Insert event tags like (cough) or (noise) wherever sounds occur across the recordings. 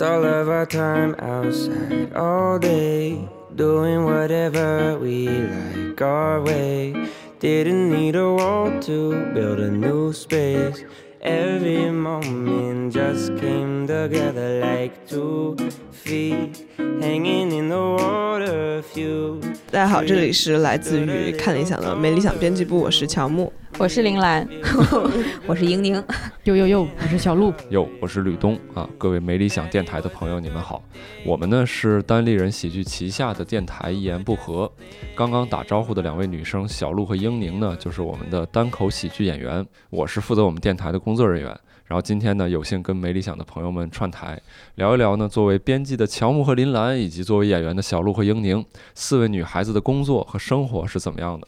our time outside all day, doing whatever we like our way. Didn't need a wall to build a new space. Every moment just came together like two feet hanging in the water. A few 大家好，这里是来自于看理想的没理想编辑部，我是乔木。我是林兰，我是莹宁，呦呦呦，我是小鹿，哟，我是吕东啊，各位没理想电台的朋友，你们好。我们呢是单立人喜剧旗下的电台一言不合。刚刚打招呼的两位女生小鹿和英宁呢，就是我们的单口喜剧演员，我是负责我们电台的工作人员。然后今天呢，有幸跟没理想的朋友们串台，聊一聊呢，作为编辑的乔木和林兰，以及作为演员的小鹿和英宁，四位女孩子的工作和生活是怎么样的。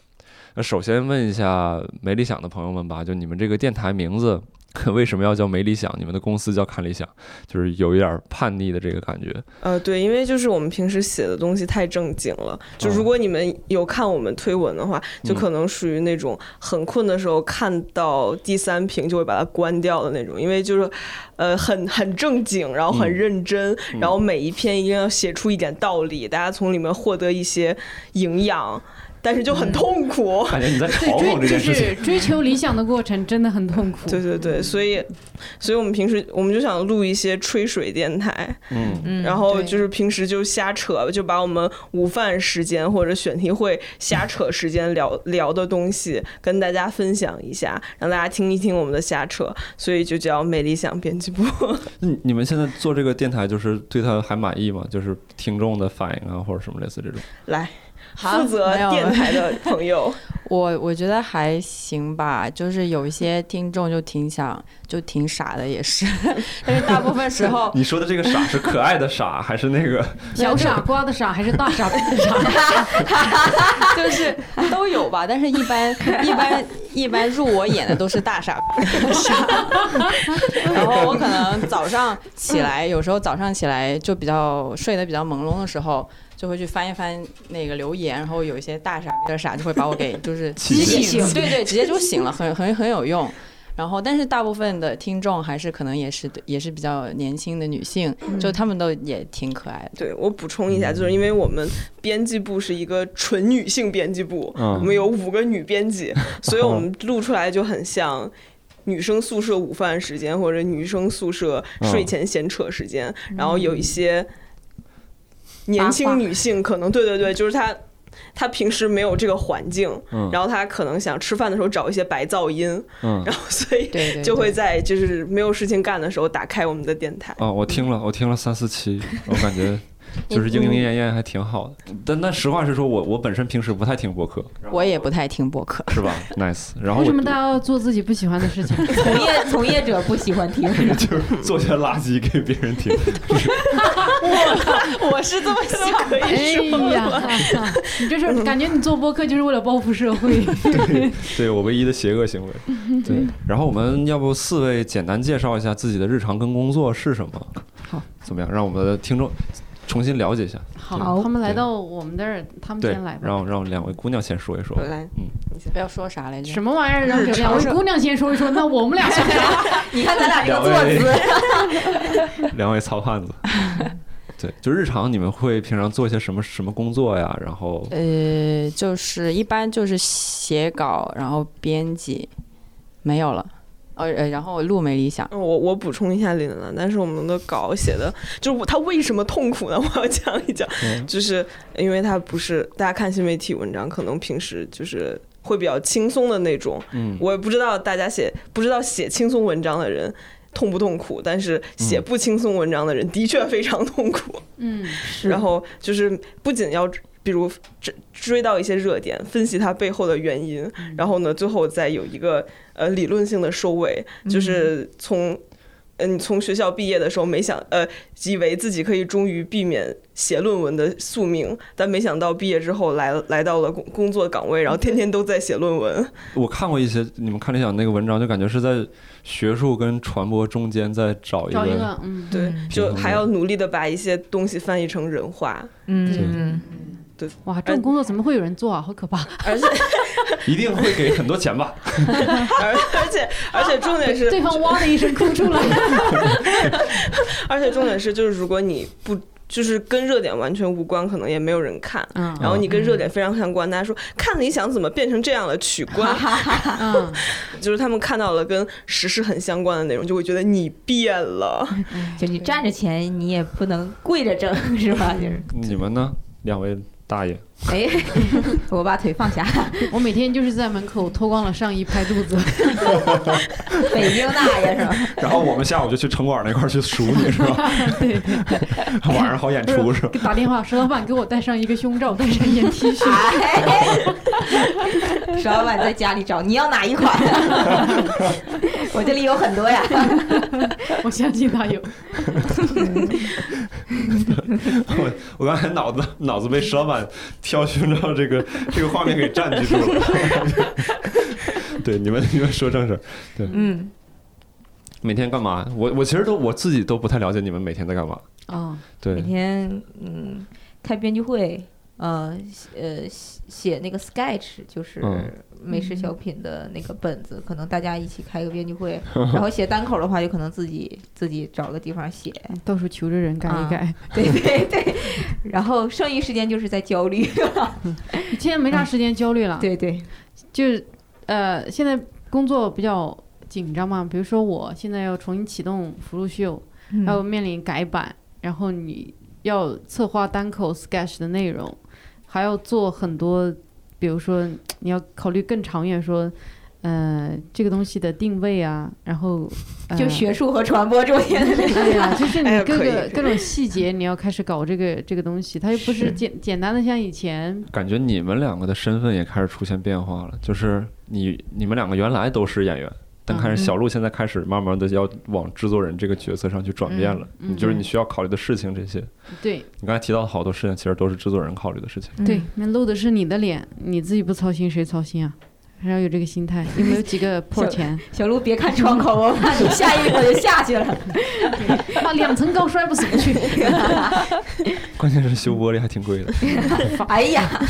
那首先问一下没理想的朋友们吧，就你们这个电台名字 (laughs) 为什么要叫没理想？你们的公司叫看理想，就是有一点儿叛逆的这个感觉。呃，对，因为就是我们平时写的东西太正经了，就嗯如果你们有看我们推文的话，就嗯可能属于那种很困的时候看到第三屏就会把它关掉的那种，因为就是，呃，很很正经，然后很嗯认真，然后每一篇一定要写出一点道理，大家从里面获得一些营养，但是就很痛苦。感觉你在嘲讽这追就件事情。是追求理想的过程真的很痛苦。对对嗯对，所以，所以我们平时我们就想录一些吹水电台，嗯，嗯然后对就是平时就瞎扯，就把我们午饭时间或者选题会瞎扯时间聊聊的东西跟大家分享一下，让大家听一听我们的瞎扯，所以就叫美理想编辑部。 (laughs) 那你你们现在做这个电台，就是对它还满意吗？就是听众的反应啊，或者什么类似这种。，来，好负责没有电台的朋友， (laughs) 我我觉得还行吧，就是有一些听众就挺想，就挺傻的，也是， (laughs) 但是大部分时候你说的这个傻是可爱的傻，还是那个？小傻瓜的傻还是大傻瓜的傻？ (laughs) 就是都有吧，但是一般一般一般入我眼的都是大傻逼 (laughs) 傻，然后我可能早上起来，有时候早上起来就比较睡得比较朦胧的时候，就会去翻一翻那个留言，然后有一些大傻逼的傻就会把我给 (laughs) 就是气醒醒，对对，直接就醒了，很很很有用。然后，但是大部分的听众还是可能也是也是比较年轻的女性，就她们都也挺可爱的。对我补充一下，就是因为我们编辑部是一个纯女性编辑部， (laughs) 嗯我们有五个女编 (laughs) 辑，所以我们录出来就很像。女生宿舍午饭时间，或者女生宿舍嗯睡前闲扯时间，嗯然后有一些年轻女性可能对对对，就是她，她平时没有这个环境，嗯然后她可能想吃饭的时候找一些白噪 (laughs) 音，嗯然后所以对对对就会在就是没有事情干的时候打开我们的电 (laughs) 台。啊，我听了，我听了三四期，我感觉就是莺莺燕燕还挺好的。但但实话实说，我我本身平时不太听播客，我也不太听播客，是吧？Nice。然后为什么我大家要做自己不喜欢的事情？从业从业者不喜欢听， (laughs) 就是做些垃圾给别人听，我是这么想的。可哎以说呀，你这是感觉你做播客就是为了报复社会。对我唯一的邪恶行为。对。然后我们要不四位简单介绍一下自己的日常跟工作是什么？好，怎么样？让我们的听众重新了解一下。好，他们来到我们这儿，他们对先来，吧。让让两位姑娘先说一说。来，不要说啥来着什。么玩意儿？让两位姑娘先说一说，那我们俩先来。你看咱俩这两个坐位姿， (laughs) 两位糙汉子。对，就日常你们会平常做一些什么什么工作呀？然后呃，就是一般就是写稿，然后编辑，没有了。呃呃，然后录没理想，我我补充一下林兰，但是我们的稿写的就是我他为什么痛苦呢？ (laughs) 我要讲一讲，就是因为他不是大家看新媒体文章，可能平时就是会比较轻松的那种。嗯我也不知道大家写不知道写轻松文章的人痛不痛苦，但是写不轻松文章的人的确非常痛苦。嗯，然后就是不仅要比如追追到一些热点，分析它背后的原因，嗯然后呢，最后再有一个呃理论性的收尾，嗯就是从。呃你从学校毕业的时候，没想呃，以为自己可以终于避免写论文的宿命，但没想到毕业之后来来到了工工作岗位，然后天天都在写论嗯文。我看过一些你们看理想那个文章，就感觉是在学术跟传播中间在找一找一个个，嗯，对，平就衡还的 (laughs) 要努力的把一些东西翻译成人话。嗯，对，哇，这种工作怎么会有人做啊？好可怕！而且一定会给很多钱吧？而而且而且重点是，对方哇的一声哭出来，而且重点是，就是如果你不就是跟热点完全无关，可能也没有人看。嗯然后你跟热点非常相关，大家说看理想怎么变成这样了，取关，嗯，就是他们看到了跟时事很相关的内容，就会觉得你变了。嗯就你站着钱，你也不能跪着挣，是吧？就是，你们呢，两位大爷？哎，我把腿放下，我每天就是在门口脱光了上衣拍肚子，北京大爷是吧？然后我们下午就去城管那块儿去数你是吧？对，晚上好 (laughs) 演出是吧？给打电话说老板给我带上一个胸罩，带上一件 T 恤， (laughs) 石老板在家里找你要哪一款？我这里有很多呀。我相信 (laughs) 他有。我我刚才脑子脑子被石老板挑胸罩这个这个画面给占据住了。 (laughs) 对，你们你们说正事儿。对，嗯，每天干嘛？我我其实都我自己都不太了解你们每天在干嘛。哦，对每，天嗯开编剧会，呃呃写写那个 sketch，就是嗯美食小品的那个本 (laughs) 子，可能大家一起开个编剧会，然后写单口的话，就可能自己自己找个地方写， (laughs) 到处求着人改一改。对对对，然后剩余时间就是在焦 (laughs) 虑，现在没啥时间焦虑了，对对，就是呃，现在工作比较紧张嘛，比如说我现在要重新启动福禄秀，然哦后面临改版，然后你要策划单口 sketch 的内容，还要做很多，比如说你要考虑更长远，说，呃，这个东西的定位啊，然后、呃、就学术和传播中间的那个，对 (laughs) 呀，就是你哎呀各可以个可以各种细节，你要开始搞这个这个东西，它又不是是简简单的像以前，感觉你们两个的身份也开始出现变化了，就是你你们两个原来都是演员。但开始，小鹿现在开始慢慢的要往制作人这个角色上去转变了。嗯嗯你就是你需要考虑的事情，这些对你刚才提到的好多事情，其实都是制作人考虑的事情。嗯对，那露的是你的脸，你自己不操心谁操心啊？还要有这个心态，有没有几个破 (laughs) 钱？小鹿别看窗口，我怕你下一秒就下去 (laughs) 了。啊，两层高摔不死不去。关键是修玻璃还挺贵的。 (laughs) 嗯哎呀，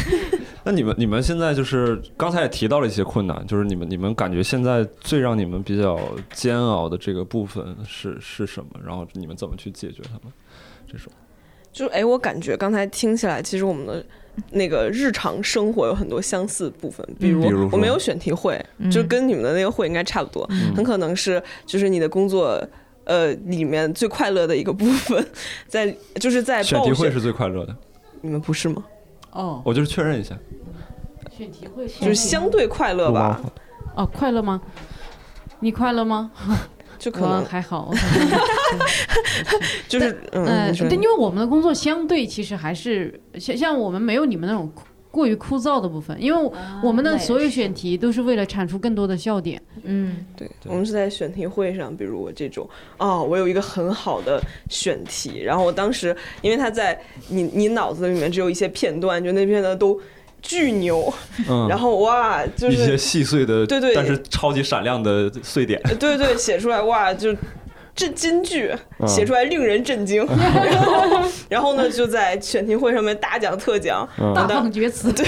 那你们你们现在就是刚才也提到了一些困难，就是你们你们感觉现在最让你们比较煎熬的这个部分是是什么？然后你们怎么去解决它们？这种就是哎，我感觉刚才听起来，其实我们的那个日常生活有很多相似部分，比嗯如比如说我没有选题会，就跟你们的那个会应该差不多，嗯很可能是就是你的工作。呃，里面最快乐的一个部分， (laughs) 在就是在选暴题会是最快乐的，你们不是吗？哦，我就是确认一下。选题会就是相对快乐吧，哦，快乐吗？你快乐吗？就可我能还好， (laughs) 我可能就是嗯，嗯，你说对，因为我们的工作相对其实还是像像我们没有你们那种枯过于枯燥的部分，因为我我哎们的所有选题都是为了产出更多的笑点。嗯，对，我们是在选题会上，比如我这种，哦，我有一个很好的选题，然后我当时因为他在你你脑子里面只有一些片段，就那片段都巨牛，嗯，然后哇，就一些是细碎的，对对但是超级闪亮的碎点。对对写出来哇，就这金句嗯写出来令人震 (laughs) 惊， (laughs) 然后然后呢就在选题会上面大讲特讲，嗯大放厥词，大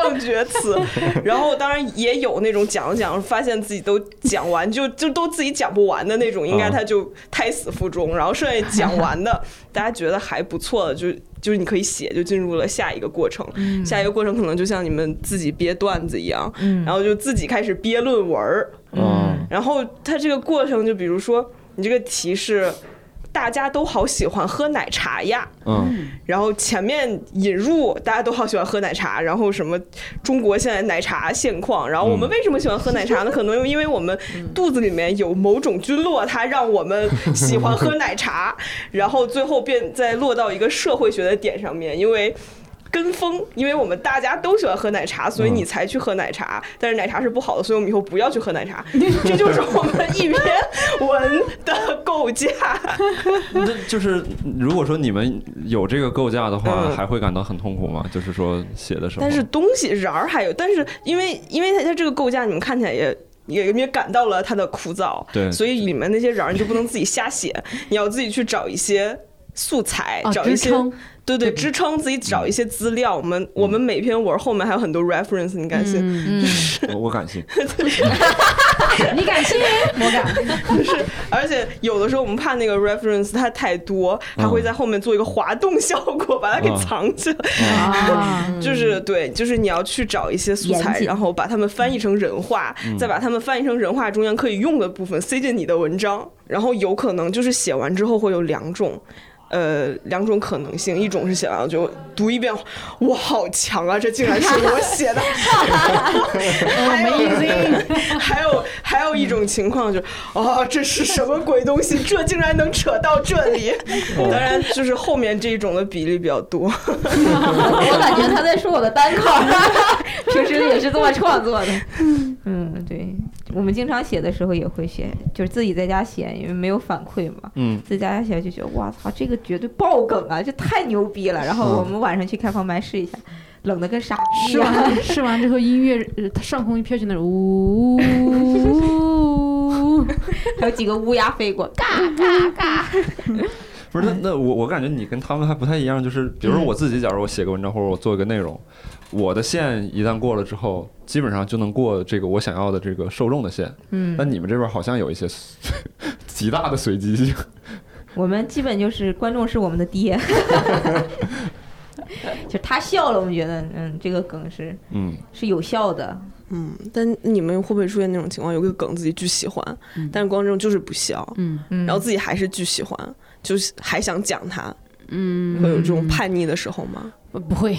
放厥词，然后当然也有那种讲着讲着发现自己都讲完就就都自己讲不完的那种，应该嗯他就胎死腹中。然后剩下讲完的，大家觉得还不错的，就就是你可以写，就进入了下一个过程。下一个过程可能就像你们自己憋段子一样，然后就自己开始憋论文儿。嗯，然后它这个过程，就比如说你这个题是大家都好喜欢喝奶茶呀，嗯，然后前面引入大家都好喜欢喝奶茶，然后什么中国现在奶茶现况，然后我们嗯为什么喜欢喝奶茶呢？可能因为我们肚子里面有某种菌落，它让我们喜欢喝奶茶，然后最后便再落到一个社会学的点上面，因为。跟风，因为我们大家都喜欢喝奶茶，所以你才去喝奶茶。但是奶茶是不好的，所以我们以后不要去喝奶 (laughs) 茶。这就是我们一篇文的 (laughs) 构架。那就是如果说你们有这个构架的话，嗯还会感到很痛苦吗？就是说写的时候，但是东西瓤儿还有，但是因为因为它它这个构架，你们看起来也。也也感到了它的枯燥，对所以里面那些瓤儿你就不能自己瞎写，你要自己去找一些素材，啊，找一支些撑对对对支撑，自己找一些资料。我们我们每篇文后面还有很多 reference，你敢信？嗯嗯，我我敢信。你敢信？ (laughs) 我敢。而且有的时候我们怕那个 reference 它太多，它会在后面做一个滑动效果，把它给啊藏起来。(laughs) 啊啊，就是对，就是你要去找一些素材，嗯严谨然后把它们翻译成人话，再把它们翻译成人话中间可以用的部分塞进你的文章，然后有可能就是写完之后会有两种。呃，两种可能性，一种是写完了就读一遍，哇，好强啊！这竟然是我写 (laughs) 的。还有， (laughs) 还有，还有一种情况就是，啊，这是什么鬼东西？这竟然能扯到这里？当然，就是后面这种的比例比较多。 (laughs) 我感觉他在说我的单口儿， (laughs) 平时也是这么创作的。嗯，对，我们经常写的时候也会写，就是自己在家写，因为没有反馈嘛。嗯，自己在家写就觉得哇操，这个绝对爆梗啊，这太牛逼了。然后我们晚上去开放麦试一下，冷的跟傻逼一试啊样。 (laughs) 完试完之后，音乐呃它上空一飘起那种呜，还有几个乌鸦飞过，嘎嘎嘎。不是哎那那我我感觉你跟他们还不太一样，就是比如嗯说我自己，假如我写个文章或者我做一个内容，我的线一旦过了之后，基本上就能过这个我想要的这个受众的线。嗯，但你们这边好像有一些 (laughs) 极大的随机性。我们基本就是观众是我们的爹，就他笑了，我们觉得嗯，这个梗是嗯，是有效的。嗯，但你们会不会出现那种情况？有个梗自己巨喜欢，嗯但是观众就是不笑，嗯嗯然后自己还是巨喜欢，就是还想讲它，嗯，会有这种叛逆的时候吗？不不会，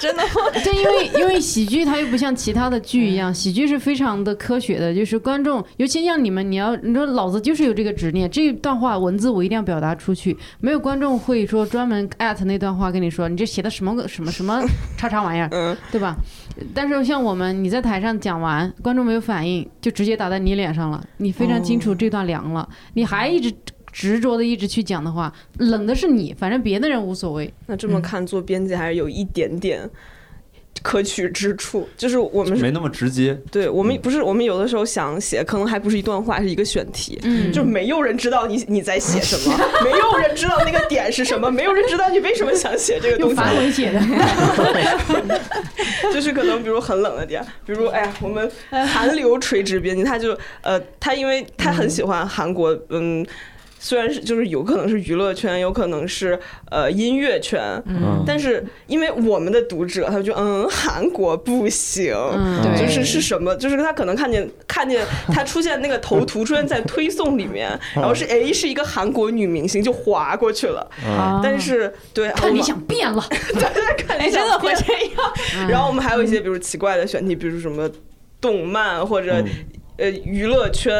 真的吗？对，因为因为喜剧它又不像其他的剧一样，喜剧是非常的科学的，就是观众，尤其像你们，你要你说老子就是有这个执念，这段话文字我一定要表达出去，没有观众会说专门艾特那段话跟你说你这写的什么个什么什么叉叉玩意儿，嗯，对吧？但是像我们，你在台上讲完，观众没有反应，就直接打在你脸上了。你非常清楚这段凉了，你还一直执着的一直去讲的话，冷的是你，反正别的人无所谓。那这么看，做编辑还是有一点点可取之处，就是我们是嗯没那么直接。对我们嗯不是我们有的时候想写，可能还不是一段话，是一个选题。嗯就没有人知道你你在写什 (laughs) 么，没有人知道那个点是什么，没有人知道你为什么想写这个东用西。繁文写的， (laughs) 就是可能比如很冷的点，比如哎呀，我们韩流垂直编辑，他就呃，他因为他很喜欢韩国，嗯，虽然是就是有可能是娱乐圈，有可能是呃音乐圈。嗯，但是因为我们的读者，他就嗯，韩国不行，嗯，对就 (laughs) 是是什么？就是他可能看见看见他出现那个头图出现在推送里面，然后是哎是一个韩国女明星就划过去了，啊 (laughs) 但是对，我看们理想哎变了，看理想变这 (laughs) 样。然后我们还有一些比如奇怪的选题，比如什么动漫或者、呃娱乐圈，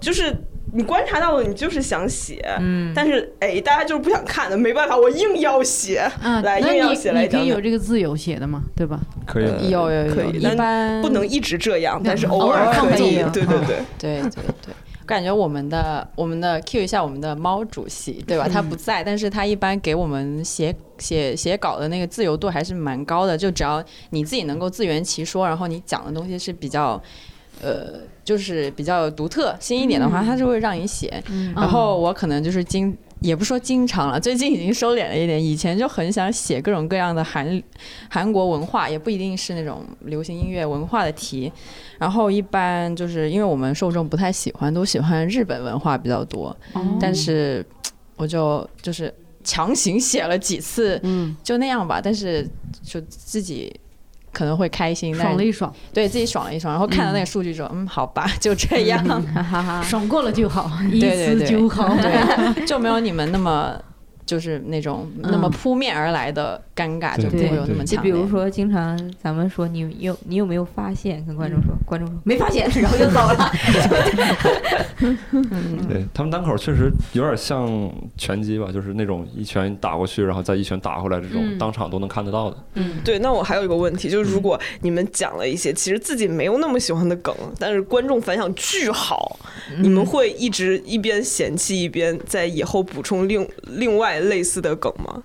就是你观察到了，你就是想写，嗯但是哎，大家就是不想看的，没办法，我硬要写，嗯，来那硬要你写来你可讲以有讲，这个自由写的嘛，对吧？可以。呃有有可有，以一但般不能一直这样，但嗯是偶偶尔尔可可以以，对对 (laughs) 对，对对对，我感觉我们的我们的 Q 一下我们的猫主席，对吧？他不在，但是他一般给我们写写写稿的那个自由度还是蛮高的，就只要你自己能够自圆其说，然后你讲的东西是比较。呃，就是比较独特、新一点的话，他就会让你写。然后我可能就是经，也不说经常了，最近已经收敛了一点。以前就很想写各种各样的韩韩国文化，也不一定是那种流行音乐文化的题。然后一般就是因为我们受众不太喜欢，都喜欢日本文化比较多，哦但是我就就是强行写了几次，嗯，就那样吧。但是就自己可能会开心，但爽是了一爽，对自己爽了一爽，然后看到那个数据之后，嗯，好吧， (laughs) 就这样，哈哈哈。啊爽过了就好，嗯一对丝对就好。对，就没有你们那么。就是那种嗯那么扑面而来的尴尬，就不会有那么就强比烈。如说，经常咱们说你有你有没有发现？跟观众说，观众说没发现，然后就走了。 (laughs) 对他们单口确实有点像拳击吧，就是那种一拳打过去，然后再一拳打回来这种，嗯当场都能看得到的。对。那我还有一个问题，就是如果你们讲了一些其实自己没有那么喜欢的梗，但是观众反响巨好，你们会一直一边嫌弃一边在以后补充另另外类似的梗吗？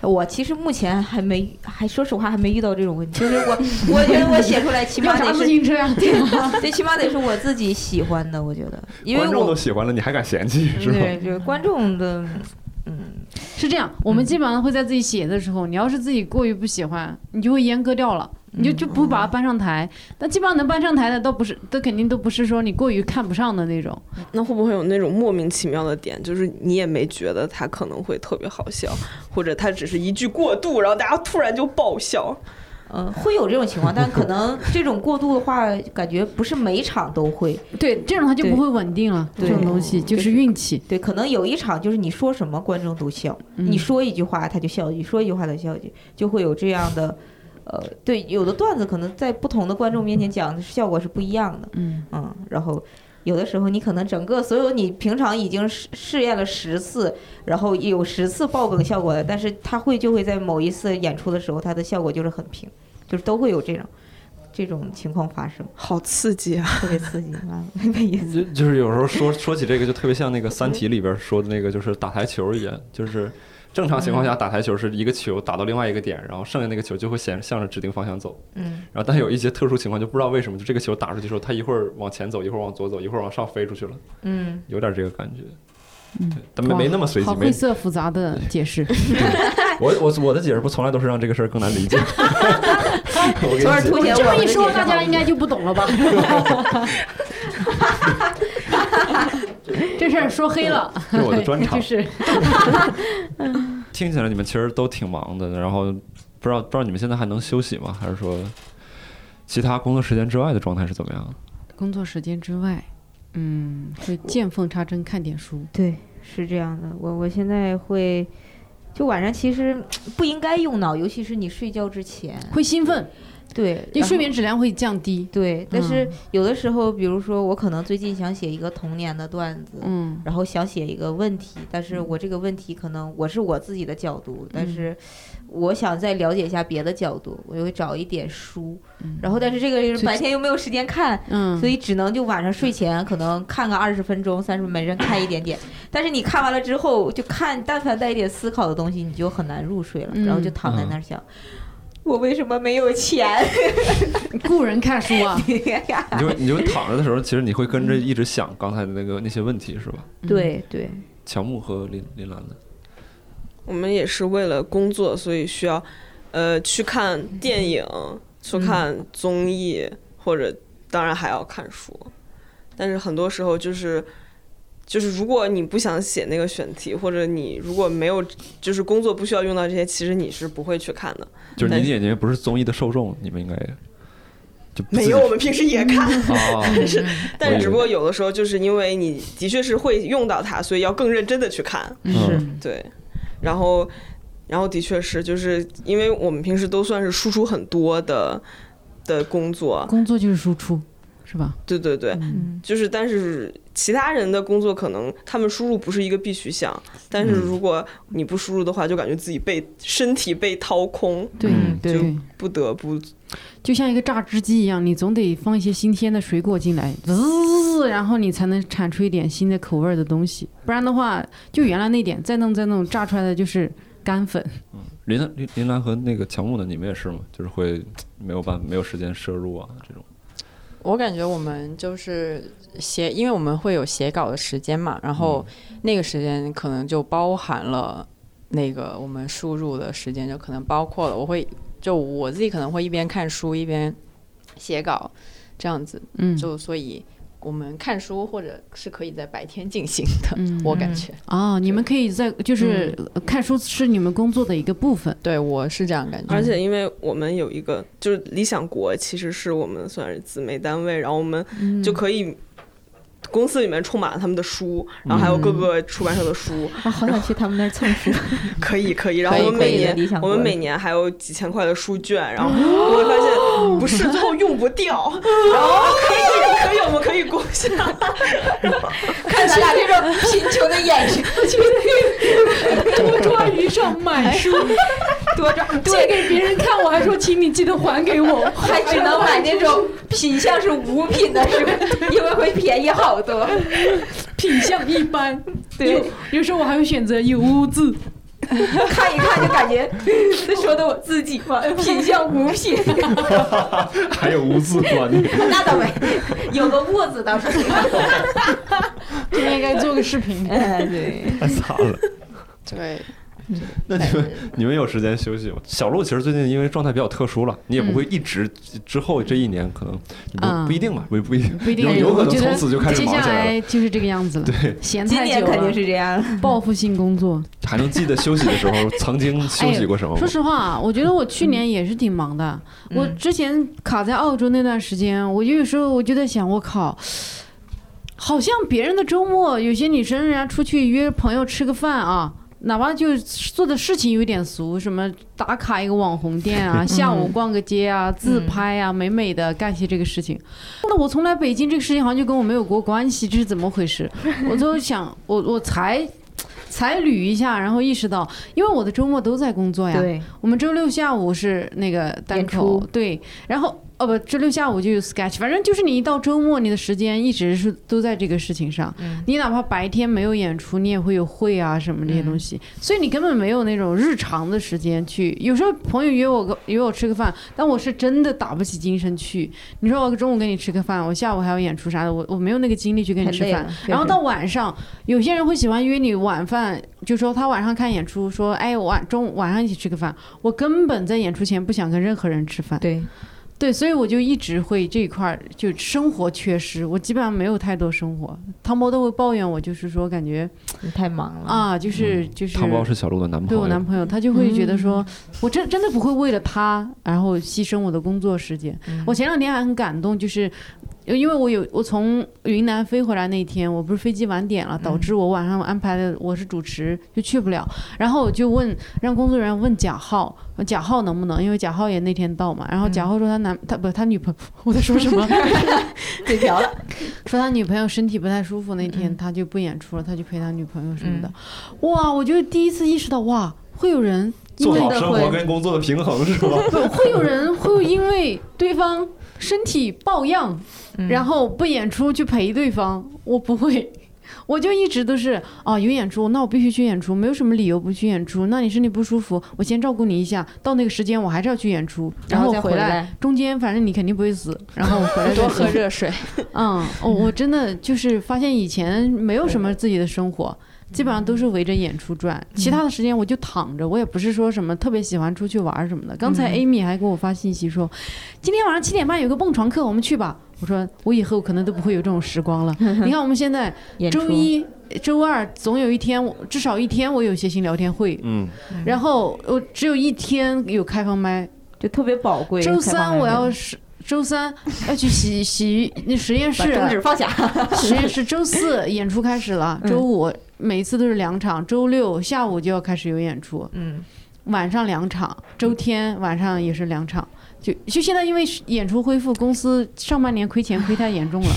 我其实目前还没，还说实话还没遇到这种问题。就是我， (laughs) 我觉得我写出来起 (laughs) 要码啥得自 (laughs) 是，行车啊呀？最起码得是我自己喜欢的。我觉得，因为观众我都喜欢了，你还敢嫌弃是吧？对，就是观众的，嗯，是这样，我们基本上会在自己写的时候，你要是自己过于不喜欢，你就会阉割掉了，你就就不把它搬上台。但基本上能搬上台的，都不是，都肯定都不是说你过于看不上的那种。那会不会有那种莫名其妙的点，就是你也没觉得他可能会特别好笑，或者他只是一句过渡，然后大家突然就爆笑？呃，会有这种情况，但可能这种过度的话，感觉不是每一场都会。对，这种它就对不会稳定了。这对种东西就是运气。对，可能有一场就是你说什么观众都笑，嗯你说一句话他就笑一句，说一句话他就笑一句，就会有这样的。呃，对，有的段子可能在不同的观众面前讲的效果是不一样的，嗯，嗯，然后有的时候你可能整个所有你平常已经试试验了十次，然后有十次爆梗效果的，但是它会就会在某一次演出的时候，它的效果就是很平，就是都会有这种这种情况发生，好刺激啊！特别刺激，啊， (laughs) 没意思。就就是有时候说说起这个，就特别像那个《三体》里边说的那个，就是打台球一样，就是正常情况嗯下打台球是一个球打到另外一个点，然后剩下那个球就会向向着指定方向走。嗯，然后但有一些特殊情况，就不知道为什么，就这个球打出去之后，它一会儿往前走，一会儿往左走，一会儿往上飞出去了，嗯，有点这个感觉。嗯对，但没没那么随好机。晦没涩复杂的解释。我我我的解释不从来都是让这个事儿更难 (laughs) 理解。 (laughs) 我给从而你凸解显这我么们一的说，解释大家应该就不懂了吧？这事儿说黑了，这是我的 (laughs) 专长就。是听起来你们其实都挺忙的，然后不知道不知道你们现在还能休息吗？还是说其他工作时间之外的状态是怎么样？工作时间之外，嗯，会见缝插针看点书。对，是这样的。我我现在会，就晚上其实不应该用脑，尤其是你睡觉之前。会兴奋，对，你然睡后眠质量会降低。对，但是嗯有的时候，比如说我可能最近想写一个童年的段子，嗯，然后想写一个问题，但是我这个问题可能我是我自己的角度，但嗯是我想再了解一下别的角度，我就会找一点书，嗯然后但是这个所以是白天又没有时间看。嗯，所以只能就晚上睡前可能看个二十分钟、三十分钟，每人看一点点。但是你看完了之后，就看但凡带一点思考的东西，你就很难入睡了，然后就嗯躺在那儿想，我为什么没有钱？雇人看书啊， (laughs) 你就你就躺着的时候，其实你会跟着一直想刚才的那个那些问题是吧？对对，乔木和林林兰的，我们也是为了工作，所以需要，呃，去看电影，去看综艺，或者当然还要看书。但是很多时候就是，就是如果你不想写那个选题，或者你如果没有就是工作不需要用到这些，其实你是不会去看的。就是你的眼睛不是综艺的受众，你们应该就不自 (laughs) 没己有，我们平时也看，啊， (laughs) 但是只不过有的时候就是因为你的确是会用到它，所以要更认真的去看。嗯对，然后，然后的确是，就是因为我们平时都算是输出很多的的工作，工作就是输出，是吧？对对对，嗯就是但是其他人的工作可能他们输入不是一个必须项，但是嗯如果你不输入的话，就感觉自己被身体被掏空，对嗯对对，不得不就像一个榨汁机一样，你总得放一些新鲜的水果进来，滋，然后你才能产出一点新的口味儿的东西，不然的话，就原来那点再弄再弄，榨出来的就是干粉。林兰林林兰和那个乔木的，你们也是吗？就是会没有办没有时间摄入啊这种。我感觉我们就是写，因为我们会有写稿的时间嘛，然后嗯那个时间可能就包含了那个我们输入的时间，就可能包括了。我会就我自己可能会一边看书一边写稿，这样子，嗯，就所以我们看书或者是可以在白天进行的，嗯我感觉，哦，你们可以在就是呃看书是你们工作的一个部 (laughs) 分，对我是这样感觉，而且因为我们有一个就是理想国，其实是我们算是姊妹单位，然后我们就可以。公司里面充满了他们的书，然后还有各个出版社的书，啊，好想去他们那儿蹭书。可以可以。然后我们可每以的理年想我国们每年还有几千块的书卷，然后我会发现不是最后用不掉，然后可以可以我们可以过下。看咱俩这种贫穷的眼神，多抓鱼上买书，多抓借对，给别人看，我还说请你记得还给我， (laughs) 还只能买那种品相是五品的书，因为会便宜好多。品相一般。对有，有时候我还会选择有污渍。看一看就感觉这说的我自己嘛，嗯品相无品，还有无字观念。那倒没，有个墨字倒是。这个应该做个视频。哎， (laughs) 对，太惨了。 (laughs) 对，那你们你们有时间休息吗？小鹿其实最近因为状态比较特殊了，你也不会一直、之后这一年可能嗯不不一定吧，不不一定，不一定有，有可我能觉从得此就开始接忙下起来了。来就是这个样子了。对，闲今太年久肯定了，是这样。啊报复性工作。还能记得休息的时候 (laughs) 曾经休息过什么吗哎说？实话啊，我觉得我去年也是挺忙的。我嗯之前卡在澳洲那段时间，我就有时候我就在想，我靠，好像别人的周末，有些女生人家出去约朋友吃个饭啊。哪怕就是做的事情有点俗，什么打卡一个网红店啊，下午逛个街啊，自拍啊，美美的干些这个事情。那我从来北京这个事情好像就跟我没有过关系，这是怎么回事？我都想，我我才才捋一下，然后意识到，因为我的周末都在工作呀。对，我们周六下午是那个单演口出，对，然后哦不，周六下午就有 sketch，反正就是你一到周末，你的时间一直是都在这个事情上。嗯你哪怕白天没有演出，你也会有会啊什么这些嗯东西，所以你根本没有那种日常的时间去。有时候朋友约我个约我吃个饭，但我是真的打不起精神去。你说我中午跟你吃个饭，我下午还要演出啥的，我我没有那个精力去跟你太吃累饭了。。确然后实到晚上，有些人会喜欢约你晚饭，就说他晚上看演出，说哎我晚中午晚上一起吃个饭。我根本在演出前不想跟任何人吃饭，对，对，所以我就一直会这一块儿就生活缺失，我基本上没有太多生活。汤包都会抱怨我，就是说感觉你太忙了。啊，就是就是嗯汤包是小鹿的男对我朋男友，朋友，他就会觉得嗯说，我真真的不会为了他然后牺牲我的工作时间。嗯我前两天还很感动，就是呃因为我有我从云南飞回来那天，我不是飞机晚点了，导嗯致我晚上安排的我是主持就去不了，然后我就问让工作人员问贾浩，呃贾浩能不能，因为贾浩也那天到嘛，然后贾嗯浩说他男他不他女朋友，我在说什 (laughs) 么？嘴瓢了，说他女朋友身体不太舒服，那嗯天他就不演出了，他就陪他女朋友什么的。哇，我就第一次意识到，哇，会有人因做为好的生会活跟工作的平衡是吧？ (laughs) 不会有人会因为对方身体抱恙，然后不演出去陪对方，我不会。我就一直都是啊，有演出，那我必须去演出，没有什么理由不去演出。那你身体不舒服，我先照顾你一下，到那个时间我还是要去演出，然后再回来，来。中间反正你肯定不会死，然后我回来再多说喝热水。嗯，我我真的就是发现以前没有什么自己的生活，基本上都是围着演出转，嗯其他的时间我就躺着，我也不是说什么特别喜欢出去玩儿什么的。刚嗯才 Amy 还给我发信息说，今天晚上七点半有个蹦床课，我们去吧。我说我以后可能都不会有这种时 (laughs) 光了。你看我们现在演周出一、周二总有一天，我至少一天我有谐星聊天会，嗯，然后我只有一天有开放麦，就特别宝贵。周采访三人我要是。周三要去洗洗那实验把室，中指放下。实验室周四演出开始了，嗯周五每一次都是两场，周六下午就要开始有演出，嗯，晚上两场，周天晚上也是两场。就就现在，因为演出恢复，公司上半年亏钱亏太严重 (laughs) 了，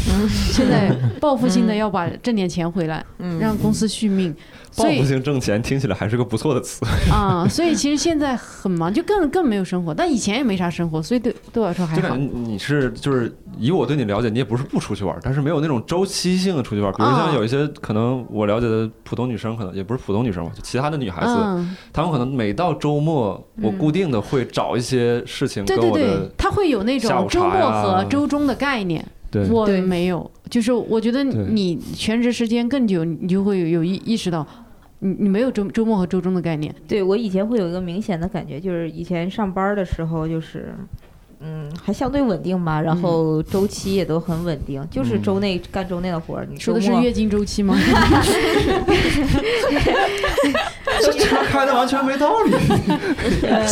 现在报复嗯性的要把挣点钱回来，让公司续命。报所以复性挣钱听起来还是个不错的词。 (laughs) 啊、所以其实现在很忙，就更更没有生活。但以前也没啥生活，所以对对我来说还就感好觉。你是就是以我对你了解，你也不是不出去玩儿，但是没有那种周期性的出去玩儿。比如像啊有一些可能我了解的普通女生，可能也不是普通女生吧，就其他的女孩子，嗯，她们可能每到周末，我固定的会找一些事情对跟对我对的，他会有那下种午茶周末呀和周中的概念。对我对没有，就是我觉得对你全职时间更久，你就会有有意意识到，你你没有周周末和周中的概念。 (laughs) 对我以前会有一个明显的感觉，就是以前上班儿的时候，就是嗯，还相对稳定吧，然后周期也都很稳定，就是嗯周内干周内的活儿。你说的是周末月经周期吗？这车开的完全没道理。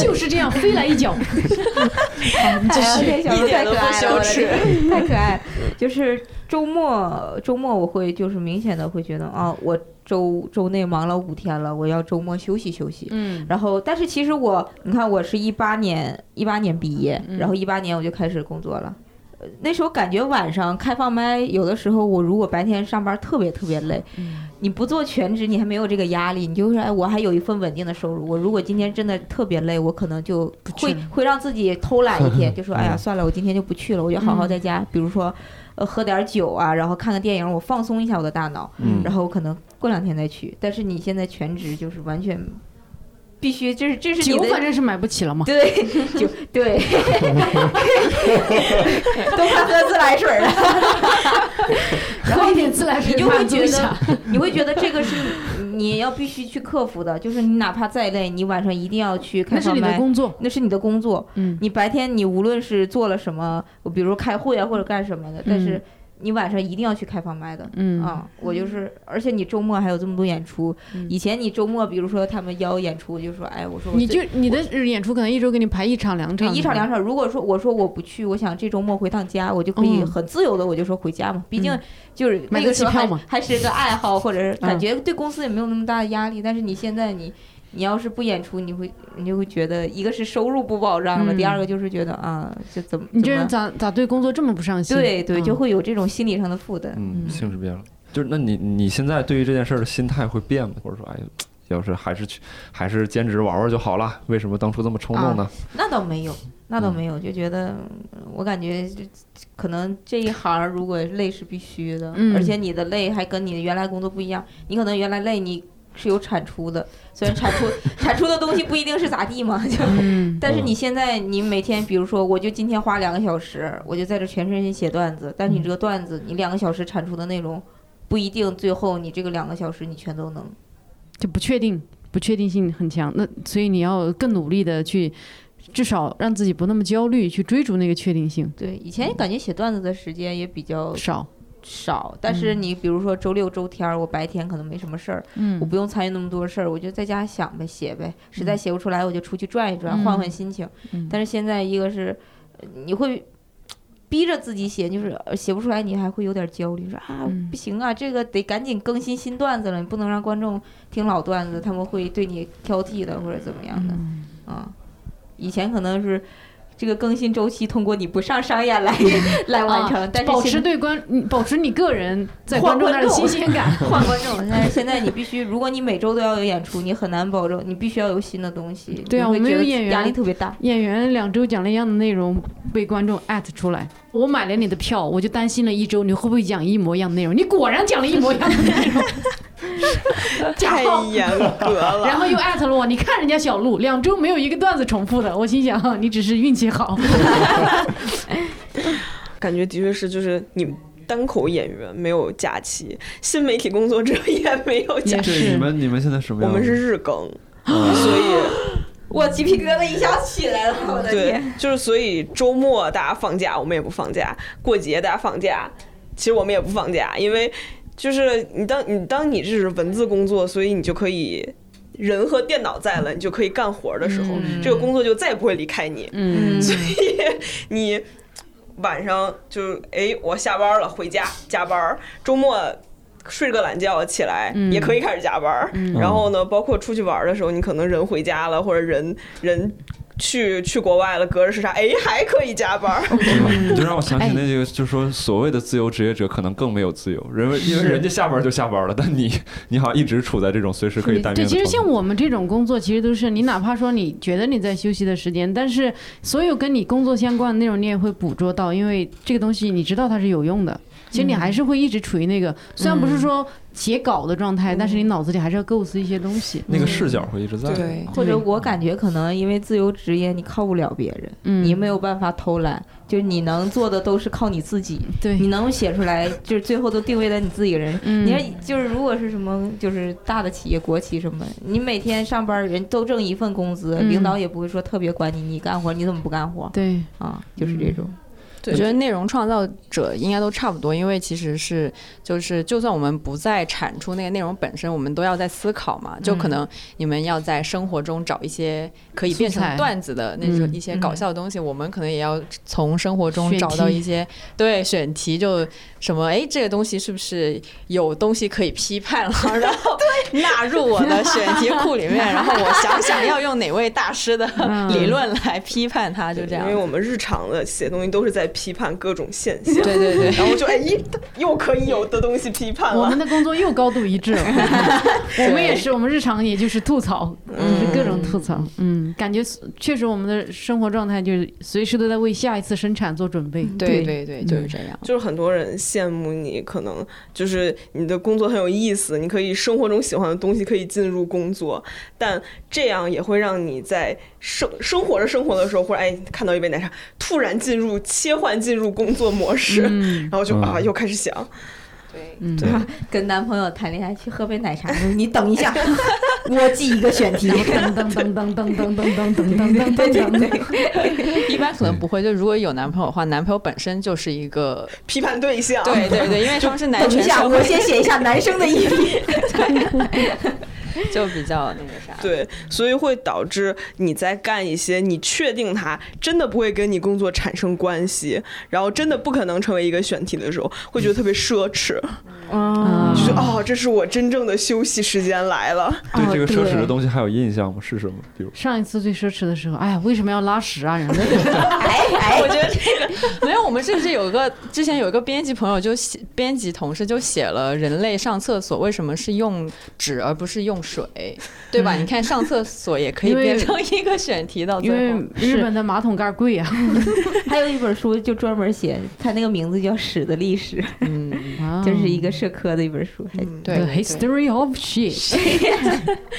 就是这样，飞来一脚。 (laughs) 哎呀，这小 (laughs) 一鹿点太都可不爱了，羞我的耻天太可爱。就是周末，周末我会就是明显的会觉得啊，我周周内忙了五天了，我要周末休息休息。嗯然后，但是其实我，你看，我是一八年，一八年毕业，嗯然后一八年我就开始工作了。呃那时候感觉晚上开放麦，有的时候我如果白天上班特别特别累，嗯你不做全职，你还没有这个压力，你就是哎，我还有一份稳定的收入。我如果今天真的特别累，我可能就去会了会让自己偷懒一 (laughs) 天，就说哎呀算了，我今天就不去了，我就好好嗯在家，比如说呃喝点酒啊，然后看个电影，我放松一下我的大脑。嗯然后可能过两天再去。但是你现在全职就是完全必须这是这是你酒的反正是买不起了嘛。对，就对， (laughs) 都快喝自来水了， (laughs) 然后喝一点自来水你就会满足觉一得下，你会觉得这个是你要必须去克服的，就是你哪怕再累，你晚上一定要去开那是放你的麦，工作。那是你的工作。嗯，你白天你无论是做了什么，比如开会啊或者干什么的，但是你晚上一定要去开放麦的。嗯啊，我就是，而且你周末还有这么多演出。嗯以前你周末，比如说他们邀演出，我就说，哎，我说我你最就你的演出可能一周给你排一场两对，场，一场两场，场。如果说我说我不去，我想这周末回趟家，我就可以嗯很自由的，我就说回家嘛。毕竟嗯就是买那个个时候机票还嘛嗯还是个爱好，或者是感觉对公司也没有那么大的压力。但是你现在你你要是不演出，你会你就会觉得一个是收入不保障了，第嗯二个就是觉得啊，这怎么你怎这么人咋咋对工作这么不上心？对对，嗯就会有这种心理上的负担。嗯，嗯性质变了。就是那你你现在对于这件事儿的心态会变吗？或者说，哎，要是还是去还是兼职玩玩就好了，为什么当初这么冲动呢？啊那倒没有，那倒没有，就觉得嗯我感觉这可能这一行儿如果累是必须的，嗯而且你的累还跟你的原来工作不一样，你可能原来累你是有产出的，虽然 (laughs) 产出产出的东西不一定是咋地嘛，就。嗯 (laughs) 但是你现在，你每天，比如说，我就今天花两个小时，我就在这全身心写段子。但是你这个段子，你两个小时产出的内容，不一定最后你这个两个小时你全都能就不确定，不确定性很强。那所以你要更努力的去，至少让自己不那么焦虑，去追逐那个确定性对。以前感觉写段子的时间也比较少。少，但是你比如说周六周天儿，我白天可能没什么事儿，嗯我不用参与那么多事儿，我就在家想呗，写呗，实在写不出来我就出去转一转，嗯换换心情。嗯但是现在一个是呃你会逼着自己写，就是呃写不出来，你还会有点焦虑，说啊、嗯不行啊，这个得赶紧更新新段子了，你不能让观众听老段子，他们会对你挑剔的或者怎么样的嗯啊、以前可能是。这个更新周期通过你不上商演来 (laughs) 来完成，但是嗯啊保现在持对观，你保持你个人在换观众那儿的观众新 (laughs) 鲜感。换观众，但是现在你必须，如果你每周都要有演出，你很难保证，你必须要有新的东西。对啊你会我们觉有得演员压力特别大。演员两周讲了一样的内容，被观众艾特出来。我买了你的票，我就担心了一周，你会不会讲一模一样的内容？你果然讲了一模一样的 (laughs) 内容，假太号。严格了。 (laughs) 然后又艾特了我，你看人家小鹿两周没有一个段子重复的，我心想 (laughs) 你只是运气好。感觉的确是，就是你们单口演员没有假期，新媒体工作者也没有假也期。对，是你们你们现在什么我样？们是日更，所以我鸡皮疙瘩一下起来了，我的对天！， (laughs) 就是所以周末大家放假，我们也不放假；过节大家放假，其实我们也不放假，因为就是你当你当你这是文字工作，所以你就可以。人和电脑在了，你就可以干活的时候，嗯这个工作就再也不会离开你。嗯，你晚上就哎，我下班了，回家加班儿，周末睡个懒觉起来、嗯也可以开始加班儿。嗯然后呢，包括出去玩儿的时候，你可能人回家了，或者人人。去去国外了，隔着时差，哎，还可以加班儿。哦你就让我想起那个，就是说所谓的自由职业者可能更没有自由，因为因为人家下班就下班了，但你 (laughs) 你好像一直处在这种随时可以待命对，的其实像状态我们这种工作，其实都是你哪怕说你觉得你在休息的时间，但是所有跟你工作相关的内容，你也会捕捉到，因为这个东西你知道它是有用的。其实你还是会一直处于那个，虽然不是说写稿的状态，但是你脑子里还是要构思一些东西。那个视角会一直在。对或者我感觉可能因为自由职业，你靠不了别人，嗯，你没有办法偷懒，就是你能做的都是靠你自己，你对，能写出来，就是最后都定位在你自己人。嗯你看，就是如果是什么，就是大的企业、国企什么，你每天上班人都挣一份工资，嗯领导也不会说特别管你，你干活你怎么不干活对，啊？就是嗯这种。对我觉得内容创造者应该都差不多，因为其实是就是，就算我们不再产出那个内容本身，我们都要在思考嘛。就嗯可能你们要在生活中找一些可以变素材成段子的那嗯种一些搞笑的东西，我们可能也要从生活中选找到题一些对选题，就什么哎，这个东西是不是有东西可以批判了， (laughs) 然后纳入我的选题库里面，然后我想想要用哪位大师的嗯理论来批判它，就这样因为。我们日常的写东西都是在批判各种现象，对对对，然后就哎一又可以有的东西批判 (laughs) 我了们。的工作又高度一致了， (laughs) 我们也是，我们日常也就是吐槽，就是各种吐槽，嗯，感觉确实我们的生活状态就是随时都在为下一次生产做准备，对对对，就是这样。就是很多人羡慕你，可能就是你的工作很有意思，你可以生活中喜欢的东西可以进入工作，但这样也会让你在生生活着生活的时候，或者哎看到一杯奶茶，突然进入切换进入工作模式，然后就嗯啊又开始想，对，嗯，对跟男朋友谈恋爱去喝杯奶茶， (laughs) 你等一 (laughs) 下，我记一个选题。噔噔噔噔噔噔噔噔噔噔 (laughs) 噔噔噔， (laughs) 一般可能不会。就如果有男朋友的话，男朋友本身就是一个，批判对象， (laughs) 对对对，因为他们是男等一权下，社我会，先写一下男生的一 (laughs) 批。就比较那个啥。 (laughs) 对，所以会导致你在干一些你确定它真的不会跟你工作产生关系，然后真的不可能成为一个选题的时候，会觉得特别奢侈，啊就是哦，这是我真正的休息时间来了。对这个奢侈对的东西还有印象吗？是什么？比如上一次最奢侈的时候，哎呀，为什么要拉屎啊？人家 (laughs) 哎哎我，觉得这个没有，我们甚至有一个之前有一个编辑朋友就写，编辑同事就写了人类上厕所为什么是用纸而不是用水，对吧？你看上厕所也可以因为变成一个选题到因最为后。日本的马桶盖 (laughs) 贵啊，还有一本书就专门写，它那个名字叫《屎的历史》，嗯，这是一个社科的一本书。还哎 (laughs) 对哦 The 对 history of shit，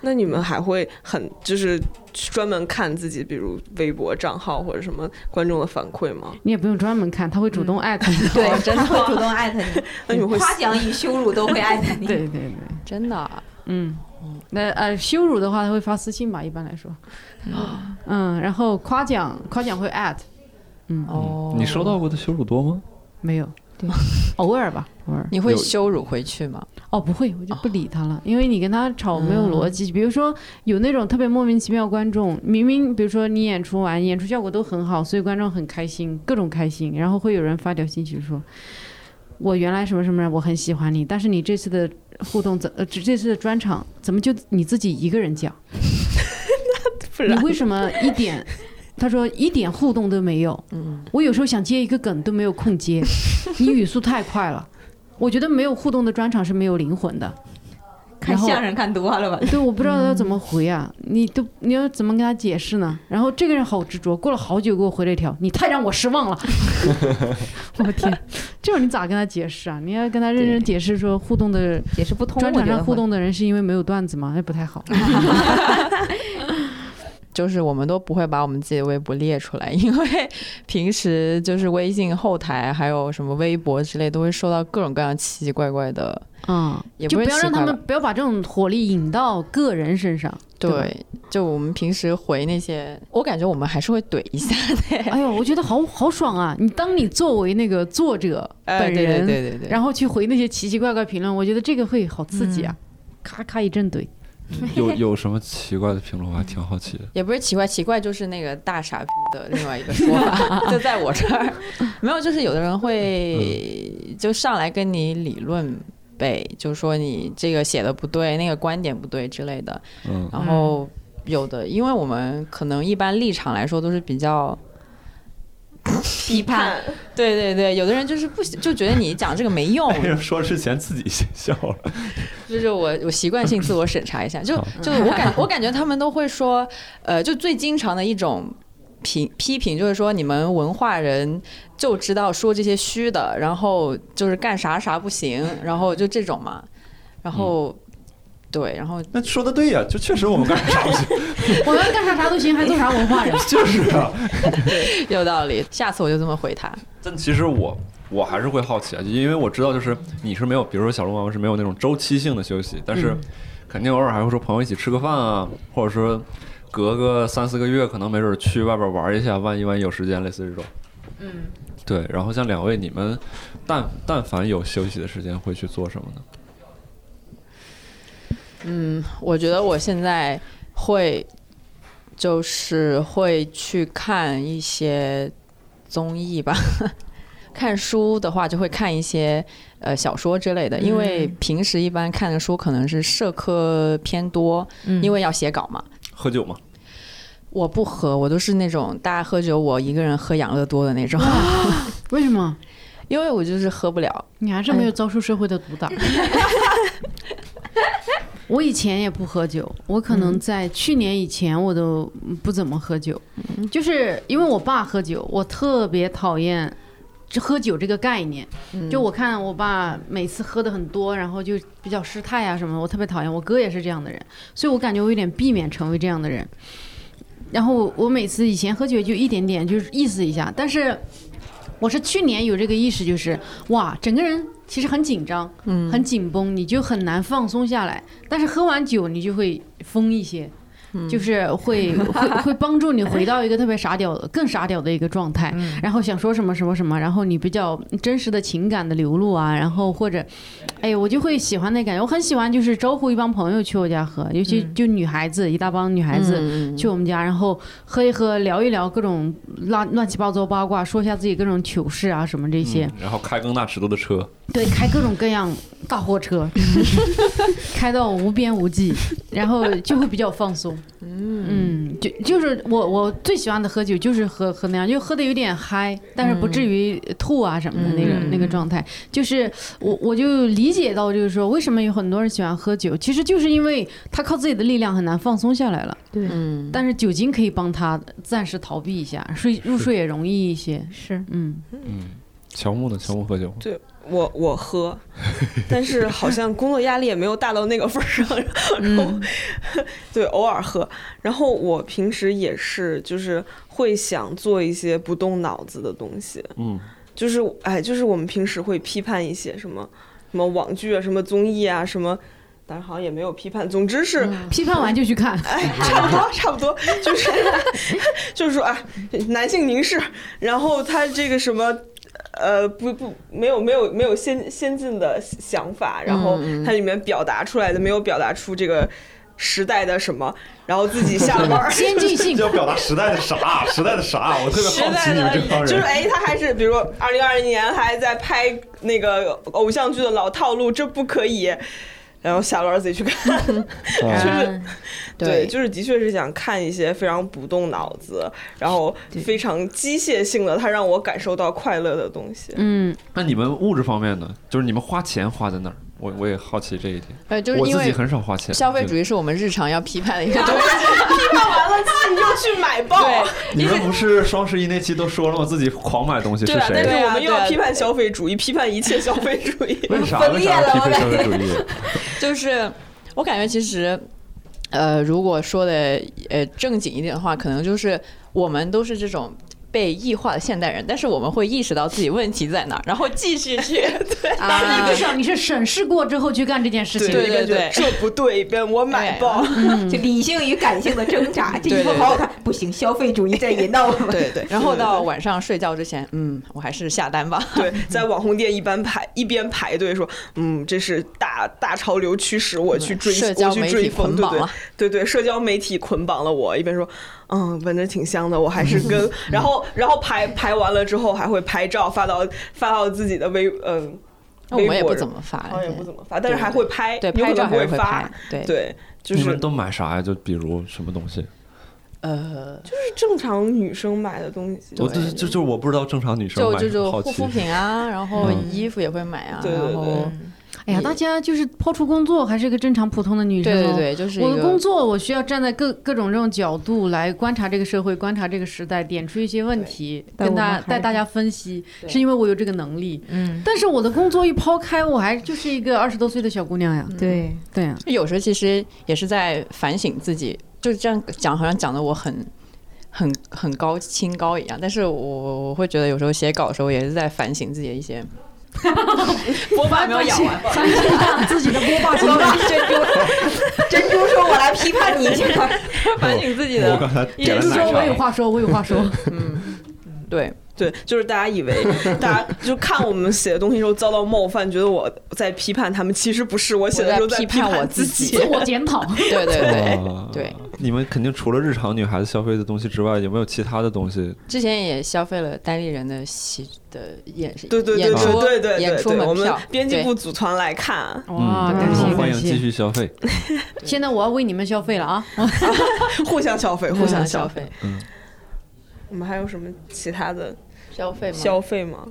那你们还会很就是专门看自己，比如微博账号或者什么观众的反馈吗？你也不用专门看，他会主动艾特你。对，真的他会主动艾特那你们你，会夸奖与羞辱都会艾特你。 (laughs) 对对对，真的啊嗯。那呃，羞辱的话，他会发私信吧，一般来说。嗯，然后夸奖，夸奖会 at，哦，你收到过的羞辱多吗？没有，对， (laughs) 偶尔吧，偶尔。你会有羞辱回去吗？哦，不会，我就不理他哦了，因为你跟他吵没有逻嗯辑。比如说有那种特别莫名其妙观众，明明比如说你演出完，演出效果都很好，所以观众很开心，各种开心，然后会有人发条信息说。我原来什么什么，我很喜欢你，但是你这次的互动怎呃，这这次的专场怎么就你自己一个人 (laughs) 讲？不你然为什么一点？他说一点互动都没有。我有时候想接一个梗都没有空接，你语速太快了。我觉得没有互动的专场是没有灵魂的。看然后相声看多了吧？对，我不知道要怎么回啊，你都你要怎么跟他解释呢？然后这个人好执着，过了好久给我回了一条，你太让我失望了。我天，这种你咋跟他解释啊？你要跟他认真解释说互动的解释不通，专我场觉得上互会。动的人是因为没有段子吗？那不太好。就是我们都不会把我们自己的微博列出来， (laughs) 因为平时就是微信后台还有什么微博之类，都会收到各种各样奇奇怪怪的。嗯，也就不是不要奇让怪他们吧不要把这种火力引到个人身上。对吧对，就我们平时回那些，我感觉我们还是会怼一下的。 (laughs) 哎呦，我觉得好好爽啊！你当你作为那个作者本人，哎、对对对对对，然后去回那些奇奇怪怪评论，我觉得这个会好刺激啊！咔咔一阵怼，有有什么奇怪的评论？我还挺好奇的。也不是奇怪，奇怪就是那个大傻逼的另外一个说法， (laughs) 就在我这儿，没有，就是有的人会就上来跟你理论呗，就说你这个写的不对，那个观点不对之类的，嗯，然后有的，因为我们可能一般立场来说都是比较，批判， (laughs) 对对对，有的人就是不喜就觉得你讲这个没用，人 (laughs) 说之前自己先笑了。就是我我习惯性自我审查一下，就好就我感我感觉他们都会说，呃，就最经常的一种。评批评就是说，你们文化人就知道说这些虚的，然后就是干啥啥不行，然后就这种嘛，嗯然后、对，然后那说的对呀，就确实我们干啥不行，我们干啥啥都行，还做啥文化人？ (laughs) 就是啊。有道理，下次我就这么回他。但其实我我还是会好奇啊，就因为我知道就是你是没有，比如说小龙王是没有那种周期性的休息，但嗯是肯定偶尔还会说朋友一起吃个饭啊，或者说隔个三四个月，可能没准去外边玩一下，万一万一有时间，类似这种。嗯，对。然后像两位，你们但但凡有休息的时间，会去做什么呢？我觉得我现在会，就是会去看一些综艺吧。 (laughs) 看书的话，就会看一些呃小说之类的，因为平时一般嗯看的书可能是社科偏多，因为要写稿嘛。喝酒吗？我不喝，我都是那种大家喝酒，我一个人喝养乐多的那种，为什么？ (laughs) 因为我就是喝不了。你还是没有遭受社会的毒打。 (laughs) 我以前也不喝酒，我可能在去年以前我都不怎么喝酒，就是因为我爸喝酒，我特别讨厌这喝酒这个概念。嗯就我看我爸每次喝的很多，然后就比较失态啊什么的，我特别讨厌。我哥也是这样的人，所以我感觉我有点避免成为这样的人。然后我我每次以前喝酒就一点点，就是意思一下，但是我是去年有这个意识，就是哇，整个人其实很紧张，嗯很紧绷，你就很难放松下来。但是喝完酒，你就会疯一些，就是会会会帮助你回到一个特别傻屌、更傻屌的一个状态。然后想说什么什么什么，然后你比较真实的情感的流露啊，然后或者，哎，我就会喜欢那感哎觉。我很喜欢就是招呼一帮朋友去我家喝，尤其就女孩子，一大帮女孩子。嗯去我们家，然后喝一喝，聊一聊各种乱乱七八糟八卦，说一下自己各种糗事啊什么这些。嗯然后开更大尺度的车，对，开各种各样大货车， (laughs) 开到无边无际，然后就会比较放松。嗯就就是我我最喜欢的喝酒就是喝喝那样，就喝的有点嗨，但是不至于吐啊什么的那个、那个状态。就是我我就理解到，就是说为什么有很多人喜欢喝酒，其实就是因为他靠自己的力量很难放松下来了。嗯，但是酒精可以帮他暂时逃避一下，睡入睡也容易一些。是嗯，嗯，乔木呢？乔木喝酒吗？我我喝，但是好像工作压力也没有大到那个份儿上，然后、 (laughs) 对偶尔喝。然后我平时也是，就是会想做一些不动脑子的东西，嗯，就是哎，就是我们平时会批判一些什么什么网剧啊、什么综艺啊、什么，当然好像也没有批判，总之是、批判完就去看。哎，差不多， (laughs) 差不多，就是 (laughs) 就是说啊，男性凝视，然后他这个什么。呃，不不，没有没有没有先先进的想法，然后它里面表达出来的没有表达出这个时代的什么，然后自己下班儿先进性这要表达时代的啥？时代的啥？我 (laughs) 特别时好奇代你们这帮人。的，就是哎，他还是比如说二零二零年还在拍那个偶像剧的老套路，这不可以。然后下班儿自己去看，嗯就是对，对，就是的确是想看一些非常不动脑子，然后非常机械性的，它让我感受到快乐的东西。嗯，那你们物质方面呢？就是你们花钱花在哪儿？我我也好奇这一点，呃，就是我因自己为很少花钱。消费主义，义是我们日常要批判的 (laughs) 一个东西。看完了自己又啊去买爆，对，你们不是双十一那期都说了吗？自己狂买东西是对啊，但谁？是我们又对啊对要啊批判消费主义，批判一切消费主义。为啥分为裂啥了要批我评消费主义？就是我感觉其实，呃，如果说的呃正经一点的话，可能就是我们都是这种。被异化的现代人，但是我们会意识到自己问题在哪儿，然后继续 (laughs) 去对啊但是至少你是审视过之后去干这件事情。 (laughs) 对哎一边觉得对这不对，一边我买爆。嗯就理性与感性的挣扎，这一对副对好好看，不行，消费主义在引导我们。对对，然后到。到晚上睡觉之前，嗯，我还是下单吧。 (laughs) 对，在网红店一般排一边排队说，嗯，这是大大潮流驱使我去追，社交我媒去体追风，捆对绑对了，对对，社交媒体捆绑了我，一边说，嗯，闻着挺香的，我还是 (laughs) 跟，然后然后排排完了之后还会拍照发到发到自己的微嗯、那我们也微博不怎么发，好像也不对怎么发，但是还会拍，对有拍可照能不还是会拍发，，对，对，就你是们都买啥呀？就比如什么东西？呃，是正常女生买的东西，我就就就是我不知道正常女生就买就什么就好护奇肤。品啊，然后嗯衣服也会买啊，对对然后哎呀，大家就是抛出工作，还是一个正常普通的女生、对哦。对对，就是我一的个工作，我需要站在各各种这种角度来观察这个社会，观察这个时代，点出一些问题，对跟但我大们还带大家分析，对是因为我有这个能力。嗯，但是我的工作一抛开，我还就是一个二十多岁的小姑娘呀。对，对啊呀、有时候其实也是在反省自己，就是这样讲，好像讲的我很。很很高清高一样，但是我我会觉得有时候写稿的时候也是在反省自己的 (laughs) 一些模板没有养完，反正 (laughs) 就是自己的波霸说吧， (laughs) 珍珠，珍珠说：“我来批判你一下。反省自己我的刚才一点了直奶说，我有茶，话说，我有话说。对，对，就是大家以为大家就看我们写的东西时候遭到冒犯，觉得我在批判他们，其实不是，我写的时候我在批判判我自自己自我检讨。 (laughs) 对对哦对啊对，你们肯定除了日常女孩子消费的东西之外，有没有其他的东西？之前也消费了单立人的戏的演对对对演对出对对演对出对，我门们票，编辑对部组团来看，啊哇，嗯感谢欢感迎继谢！续消费。现在我要为你们消费了啊！互相消费，互互相相消嗯消费。费我们还有什么其他的消费吗？消费吗？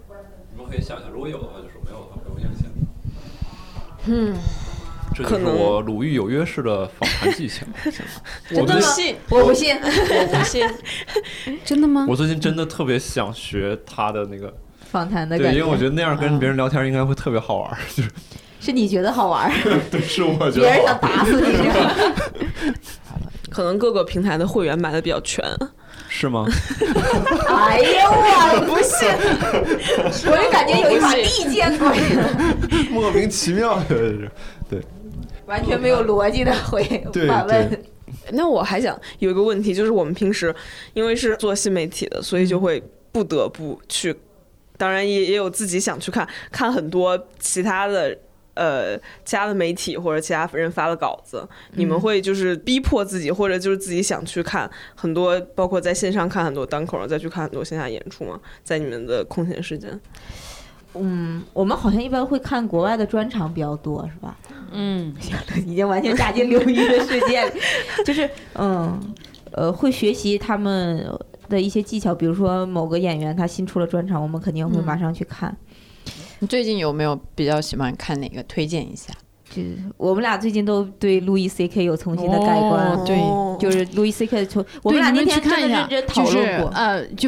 你们可以想想，如果有的话就说，没有的话不用想。嗯，这可就是能我鲁豫有约式的访谈技 (laughs) 巧。我不最信，我不信，我不信。真的吗？我最近真的特别想学他的那个，访谈的对，感因为我觉觉得嗯那样跟别人聊天应该会特别好玩儿，就是是你觉得好玩儿， (laughs) 对，是我觉别人得好想玩儿。打死你这样。可能各个平台的会员买的比较全，是吗？哎呀，我不信，我就感觉有一把利剑鬼， (laughs) 莫名其 (laughs) 妙的，是对完全没有逻辑的回对反对问。那我还想有一个问题，就是我们平时因为是做新媒体的，所以就会不得不去，当然也也有自己想去看看很多其他的。呃，其他的媒体或者其他人发的稿子，你们会就是逼迫自己，或者就是自己想去看很多，包括在线上看很多单口，再去看很多线下演出吗？在你们的空闲时间，嗯，我们好像一般会看国外的专场比较多，是吧？嗯， (laughs) 已经完全嫁进刘瑜的世界里， (laughs) 就是嗯呃，会学习他们的一些技巧，比如说某个演员他新出了专场，我们肯定会马上去看。 (laughs) 嗯你最近有没有比较喜欢看哪个？推荐一下。就是我们俩最近都对路易 C K 有重新的改观，哦对哦就是路易 C K 从我们对俩你那天去看真一的下认真讨就是论过。呃，就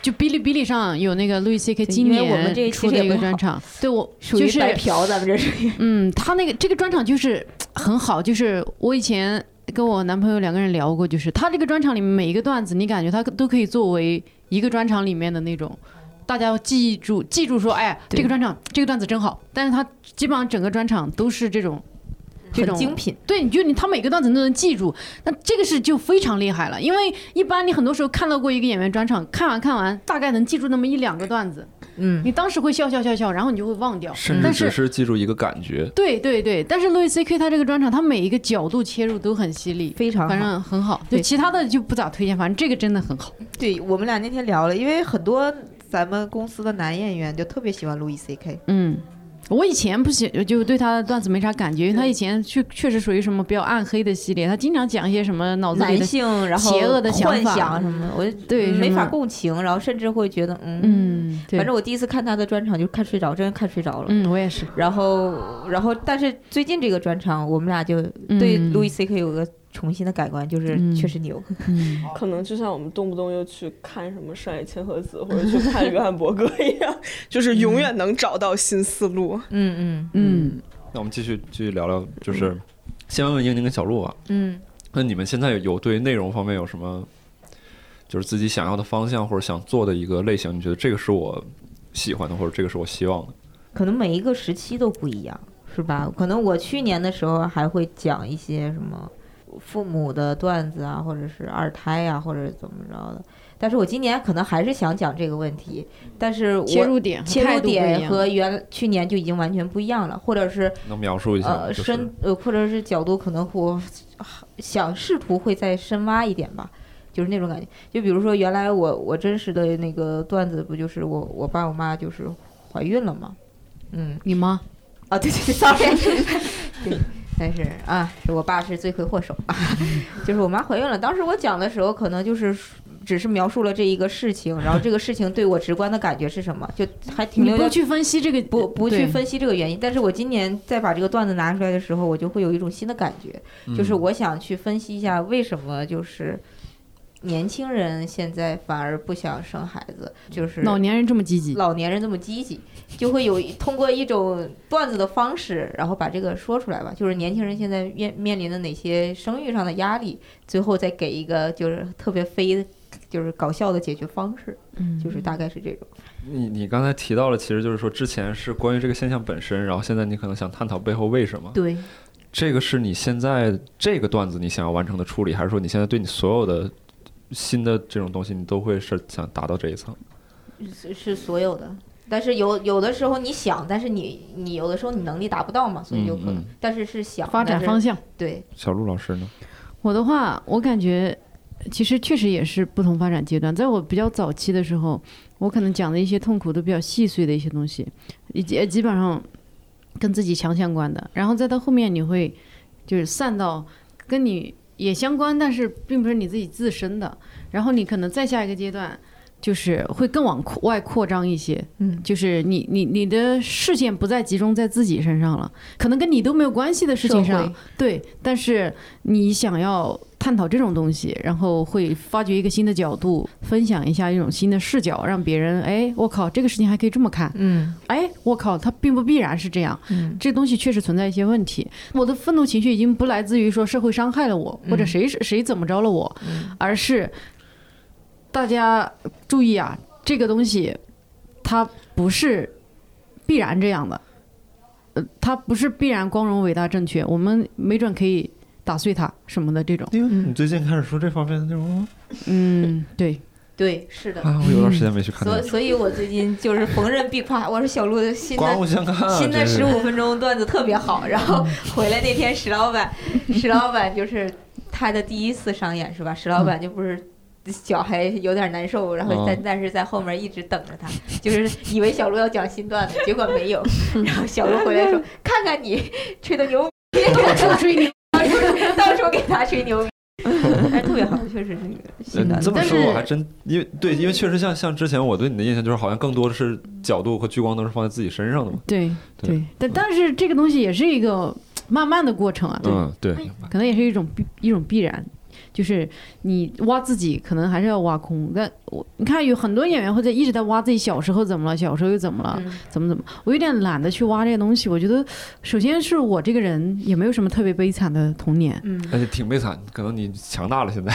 就哔哩哔哩上有那个路易 C K 对今因为我们这年个出其实的也一个不专好场，对我属就于是白嫖，咱们这是。嗯，他那个这个专场就是很好，就是我以前跟我男朋友两个人聊过，就是他这个专场里面每一个段子，你感觉他都可以作为一个专场里面的那种。大家要记住，记住说，哎，对这个专场，这个段子真好。但是他基本上整个专场都是这种，这很种精品，对，你就你他每个段子都能记住，那这个是就非常厉害了。因为一般你很多时候看到过一个演员专场，看完看完大概能记住那么一两个段子，嗯，你当时会笑笑笑笑，然后你就会忘掉。甚至但只是是记住一个感觉。对对对，但是路易 C K 他这个专场，他每一个角度切入都很犀利，非常反好。正很好。对对其他的就不咋推荐，反正这个真的很好。对我们俩那天聊了，因为很多咱们公司的男演员就特别喜欢路易 C K，嗯，我以前不喜，就对他的段子没啥感觉，因为他以前确确实属于什么比较暗黑的系列，他经常讲一些什么脑子里哦男的。性然后邪恶的想幻法想嗯什么的，我就对没什么法共情，然后甚至会觉得嗯嗯，对，反正我第一次看他的专场就看睡着，真的看睡着了。嗯，我也是。然后，然后，但是最近这个专场，我们俩就对嗯 Louis C K 有个重新的改观，就是嗯确实牛。 (laughs) 嗯，可能就像我们动不动又去看什么上野千鹤子或者去看约翰伯格一 (laughs) 样，就是永远能找到新思路。嗯嗯，那我们继续继续聊聊，就是先问问英宁跟小鹿啊吧。嗯那你们现在有对内容方面有什么，就是自己想要的方向或者想做的一个类型？你觉得这个是我喜欢的，或者这个是我希望的？可能每一个时期都不一样，是吧？可能我去年的时候还会讲一些什么父母的段子啊，或者是二胎啊，或者怎么着的。但是我今年可能还是想讲这个问题，但是切我入点和切态入度不一点样。和原去年就已经完全不一样了，或者是能描述一下吗？呃，就是深呃，或者是角度，可能我想试图会再深挖一点吧，就是那种感觉。就比如说，原来我我真实的那个段子，不就是我我爸我妈就是怀孕了嘛，嗯，你吗？ (laughs) 啊，对对对，sorry，对但是啊，是我爸是罪魁祸首 (laughs) 啊，就是我妈怀孕了。当时我讲的时候，可能就是只是描述了这一个事情，然后这个事情对我直观的感觉是什么，就还停你留在不去分析这个，不不去对分析这个原因，但是我今年再把这个段子拿出来的时候，我就会有一种新的感觉，嗯就是我想去分析一下为什么就是年轻人现在反而不想生孩子，就是老年人这么积极，老年人这么积极，就会有通过一种段子的方式，然后把这个说出来吧。就是年轻人现在面面临的哪些生育上的压力，最后再给一个就是特别非就是搞笑的解决方式，嗯就是大概是这种。你你刚才提到了，其实就是说之前是关于这个现象本身，然后现在你可能想探讨背后为什么。对，这个是你现在这个段子你想要完成的处理，还是说你现在对你所有的新的这种东西，你都会是想达到这一层？是是所有的。但是有有的时候你想，但是你你有的时候你能力达不到嘛，所以有可能。嗯但是是想发展方向向。对，小陆老师呢？我的话，我感觉其实确实也是不同发展阶段。在我比较早期的时候，我可能讲的一些痛苦都比较细碎的一些东西，以及呃基本上跟自己强相关的。然后再到后面，你会就是散到跟你也相关，但是并不是你自己自身的。然后你可能再下一个阶段。就是会更往扩外扩张一些，嗯就是你你你的视线不再集中在自己身上了，可能跟你都没有关系的事情上，对，但是你想要探讨这种东西，然后会发掘一个新的角度，分享一下一种新的视角，让别人哎，我靠，这个事情还可以这么看，嗯哎，我靠，它并不必然是这样，嗯这东西确实存在一些问题。我的愤怒情绪已经不来自于说社会伤害了我，或者嗯谁谁怎么着了我，嗯而是大家注意啊，这个东西它不是必然这样的，呃，它不是必然光荣、伟大、正确，我们没准可以打碎它什么的这种。因为你最近开始说这方面的内容了嗯，对，对，是的。啊，我有段时间没去看所以电视，所以，我最近就是逢人必夸，我说小鹿的新刮的目相看啊。新的真是十五分钟段子特别好。然后回来那天，石老板，石老板就是他的第一次上演是吧？石老板就不是。脚还有点难受，然后但、哦但是在后面一直等着他，就是以为小鹿要讲新段子，结果 (laughs) 没有。然后小鹿回来 (laughs) 说：“看看你吹的牛逼，到处吹牛，到处给他吹 (laughs) 牛逼，哎，特别好，确实那个新呃段这子。么但说是我还真因为对，因为确实像像之前我对你的印象就是好像更多的是角度和聚光灯是放在自己身上的嘛。对，对对，但但是这个东西也是一个慢慢的过程啊，嗯，对，可能也是一种必一种必然，就是你挖自己，可能还是要挖空。但我你看，有很多演员会在一直在挖自己小时候怎么了，小时候又怎么了，嗯怎么怎么。我有点懒得去挖这个东西。我觉得，首先是我这个人也没有什么特别悲惨的童年，嗯，而且挺悲惨，可能你强大了现在。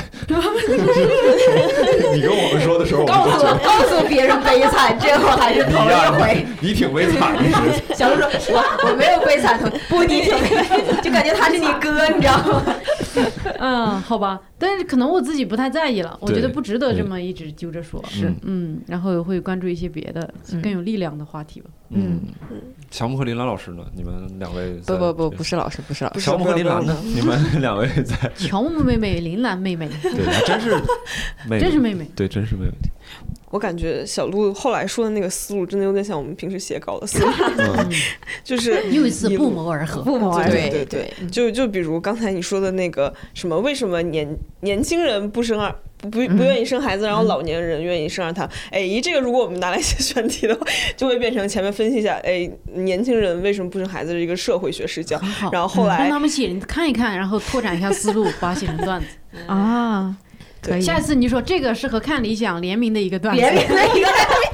你跟我们说的时候，我告们诉都觉我，得告诉别人悲惨，这我还是头你呀一回。”你挺悲惨的。是小鹿说：“我我没有悲惨，不，你 (laughs) 挺就感觉他是你哥，你知道吗？ (laughs) 嗯，好吧。但是可能我自己不太在意了，我觉得对不值得这么一直揪着说。是嗯，然后也会关注一些别的嗯更有力量的话题吧。嗯，乔木和林兰老师呢？你们两位在不不不，不是老师，不是老师，乔木和林兰呢？你们两位在乔木妹妹、林兰妹妹，对，还真是妹，真是妹妹。对，真是没问题。我感觉小鹿后来说的那个思路，真的有点像我们平时写稿的思 (laughs) 路，就是又一次一路不谋而合。嗯不 (laughs) 谋而合。对对对对对，就就比如刚才你说的那个什么，为什么年年轻人不生二不不嗯不愿意生孩子，然后老年人愿意生二胎？哎，咦，这个如果我们拿来写选题的话， (laughs) 就会变成前面分析一下，哎，年轻人为什么不生孩子的一个社会学视角很，好，嗯然后后让来他们写，你看一看，然后拓展一下思路，把它写成段子。嗯啊，对可以。下一次你就说这个是和看理想联名的一个段子，别给他一个，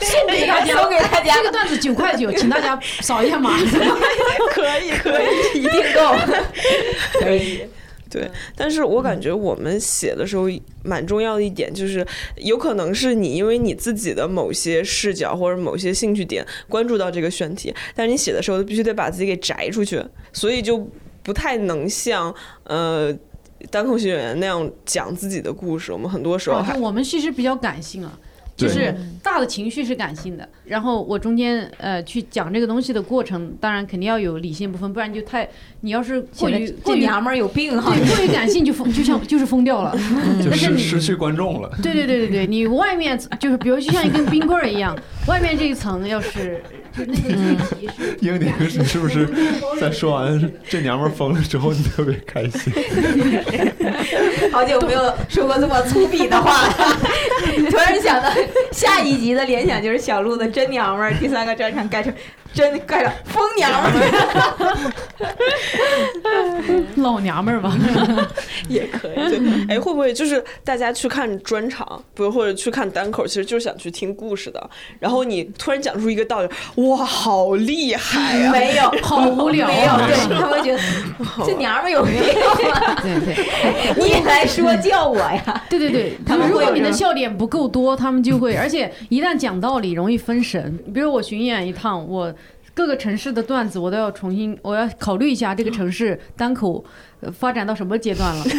送给 (laughs) 大家送给大家这个段子九块九，请大家扫一下码。 (laughs) 可以可以。一定够。 (laughs) 可以，但是我感觉我们写的时候蛮重要的一点就是，有可能是你因为你自己的某些视角或者某些兴趣点关注到这个选题，但是你写的时候必须得把自己给摘出去，所以就不太能像呃单口喜剧演员那样讲自己的故事。我们很多时候好还像我们其实比较感性啊，对就是大的情绪是感性的，然后我中间呃去讲这个东西的过程，当然肯定要有理性部分，不然就太你要是过于这过于娘们儿有病啊哈！对过于感性就疯，就像就是疯掉了。就但是失你失去观众了。对对对对对，你外面就是比如就像一根冰棍儿一样，外面这一层要是就那个那皮是英宁，你是不是在说完这娘们儿疯了之后，你特别开心？好久没有说过这么粗鄙的话了。突然想到下一集的联想就是小鹿的真娘们儿，第三个专场改成真改成疯娘们儿。老娘们儿吧？ (laughs) 也可以。对，哎，会不会就是大家去看专场，不是或者去看单口，其实就是想去听故事的。然后你突然讲出一个道理，哇，好厉害啊呀、没有， (laughs) 好无聊啊哦没有，没对，他会觉得这娘们儿有病吗？对对。你也来说教我呀？对对 (laughs) 对，他们如会果有你的这种笑点不 (laughs) 够多，他们就会，而且一旦讲道理，容易分神。比如我巡演一趟，我各个城市的段子我都要重新，我要考虑一下这个城市单口呃发展到什么阶段 (laughs) 了啊，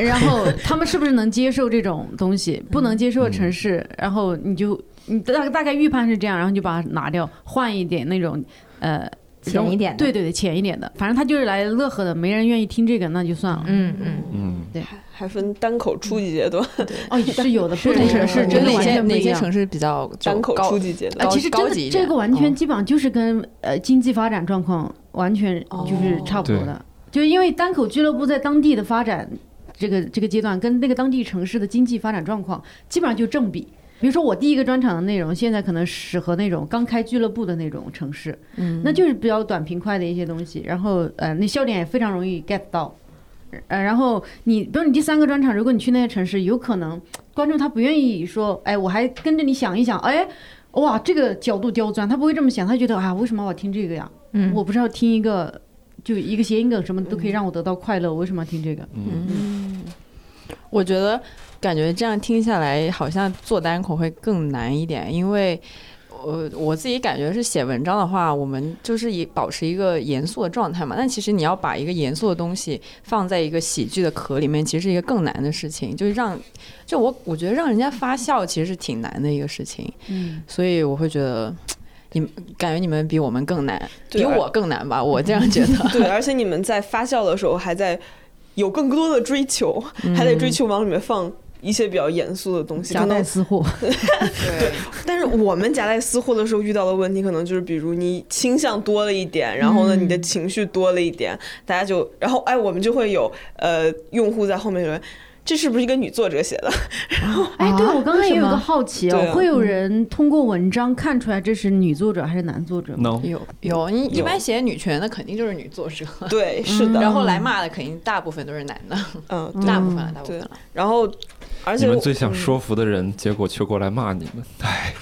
然后他们是不是能接受这种东西，不能接受的城市，然后你就你大大概预判是这样，然后你就把它拿掉，换一点那种呃。浅一点的对对对，浅一点的，反正他就是来乐呵的，没人愿意听这个，那就算了。嗯嗯，嗯，还分单口初级阶段、哦， (laughs) 是有的，不是同城市真的哪完些全不哪一些样。城市比较就单口高初级阶段呃，其实高真级的一点这个完全嗯基本上就是跟呃经济发展状况完全就是哦差不多的，就因为单口俱乐部在当地的发展这个这个阶段，跟那个当地城市的经济发展状况基本上就正比。比如说我第一个专场的内容，现在可能适合那种刚开俱乐部的那种城市，嗯那就是比较短平快的一些东西，然后呃，那笑点也非常容易 get 到。呃，然后你，比如你第三个专场，如果你去那些城市，有可能观众他不愿意说，哎，我还跟着你想一想，哎，哇，这个角度刁钻，他不会这么想，他觉得啊，为什么我要听这个呀？嗯我不是要听一个，就一个谐音梗什么都可以让我得到快乐，我为什么要听这个？嗯，我觉得感觉这样听下来，好像做单口会更难一点，因为。我我自己感觉是写文章的话，我们就是以保持一个严肃的状态嘛。但其实你要把一个严肃的东西放在一个喜剧的壳里面，其实是一个更难的事情。就是让，就我我觉得让人家发笑其实是挺难的一个事情。嗯，所以我会觉得，你们感觉你们比我们更难，对比而我更难吧？我这样觉得。对，而且你们在发酵的时候还在有更多的追求，还得追求往里面放一些比较严肃的东西，夹可带能私货，对，但是我们夹带私货的时候遇到的问题，可能就是比如你倾向多了一点，然后呢，你的情绪多了一点，大家就，然后哎，我们就会有呃用户在后面说，这是不是一个女作者写的？ (laughs) 哎，对啊我刚刚也为什有么个好奇哦对，啊会有人通过文章看出来这是女作者还是男作者吗？能 (laughs) 有有，你一有般写女权的肯定就是女作者， (laughs) 对，是的，然后来骂的肯定大部分都是男的，嗯，对大部分啊了，大部分了。然后而你且们我最想说服的人，结果却过来骂你们，哎，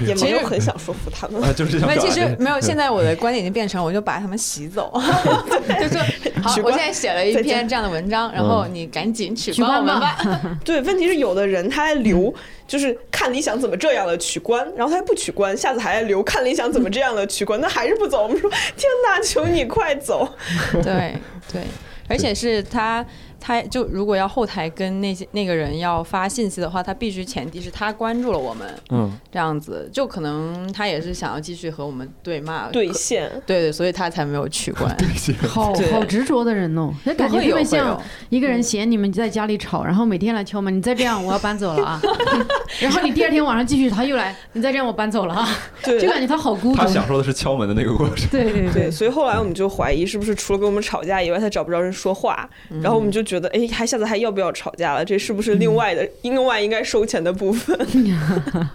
也没有其实很想说服他们，啊，就是想没有，表哎其达实这没有。现在我的观点已经变成，我就把他们洗走，就是好取。我关现在写了一篇这样的文章，然后你赶紧取取关我关们吧吧。对，问题是有的人他还留，就是看理想怎么这样了取关，然后他还不取关，下次还留看理想怎么这样了取关，那还是不走。我们说天哪，求你快走！ (laughs) 对对，而且是他，他就如果要后台跟那些那个人要发信息的话，他必须前提是他关注了我们，嗯，这样子就可能他也是想要继续和我们对骂，对可线，对对，所以他才没有取关。好对哦好执着的人哦，那嗯感觉会特有别会像有一个人嫌你们在家里吵，然后每天来敲门，你再这样我要搬走了 (laughs) 啊。然后你第二天晚上继续，他又来，你再这样我搬走了啊， (laughs) 对，就感觉他好孤独他。享受的是敲门的那个过程，对对对，对，所以后来我们就怀疑是不是除了跟我们吵架以外，他找不着人说话，然后我们就觉得，哎，还下次还要不要吵架了？这是不是另外的、另外应该收钱的部分？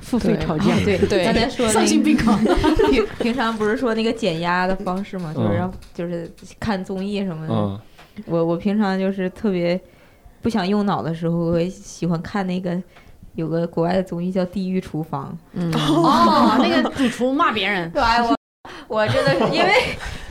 付费对吵架，对对刚才说那丧心个病狂。平平常不是说那个减压的方式嘛，就是让就是看综艺什么的。嗯，我我平常就是特别不想用脑的时候，我也喜欢看那个有个国外的综艺叫《地狱厨房》。嗯，哦，那个主厨骂别人，对，哎我我真的是因为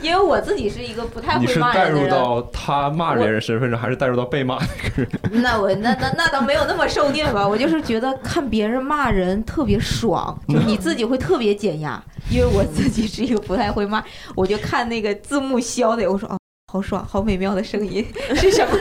因为我自己是一个不太你会是骂带人的入人，到他骂别人身份上，还是带入到被骂？ (laughs) 那我那那那倒没有那么受虐吧，我就是觉得看别人骂人特别爽，就是你自己会特别减压，因为我自己是一个不太会骂，我就看那个字幕消的，我说哦。好爽，好美妙的声音是什么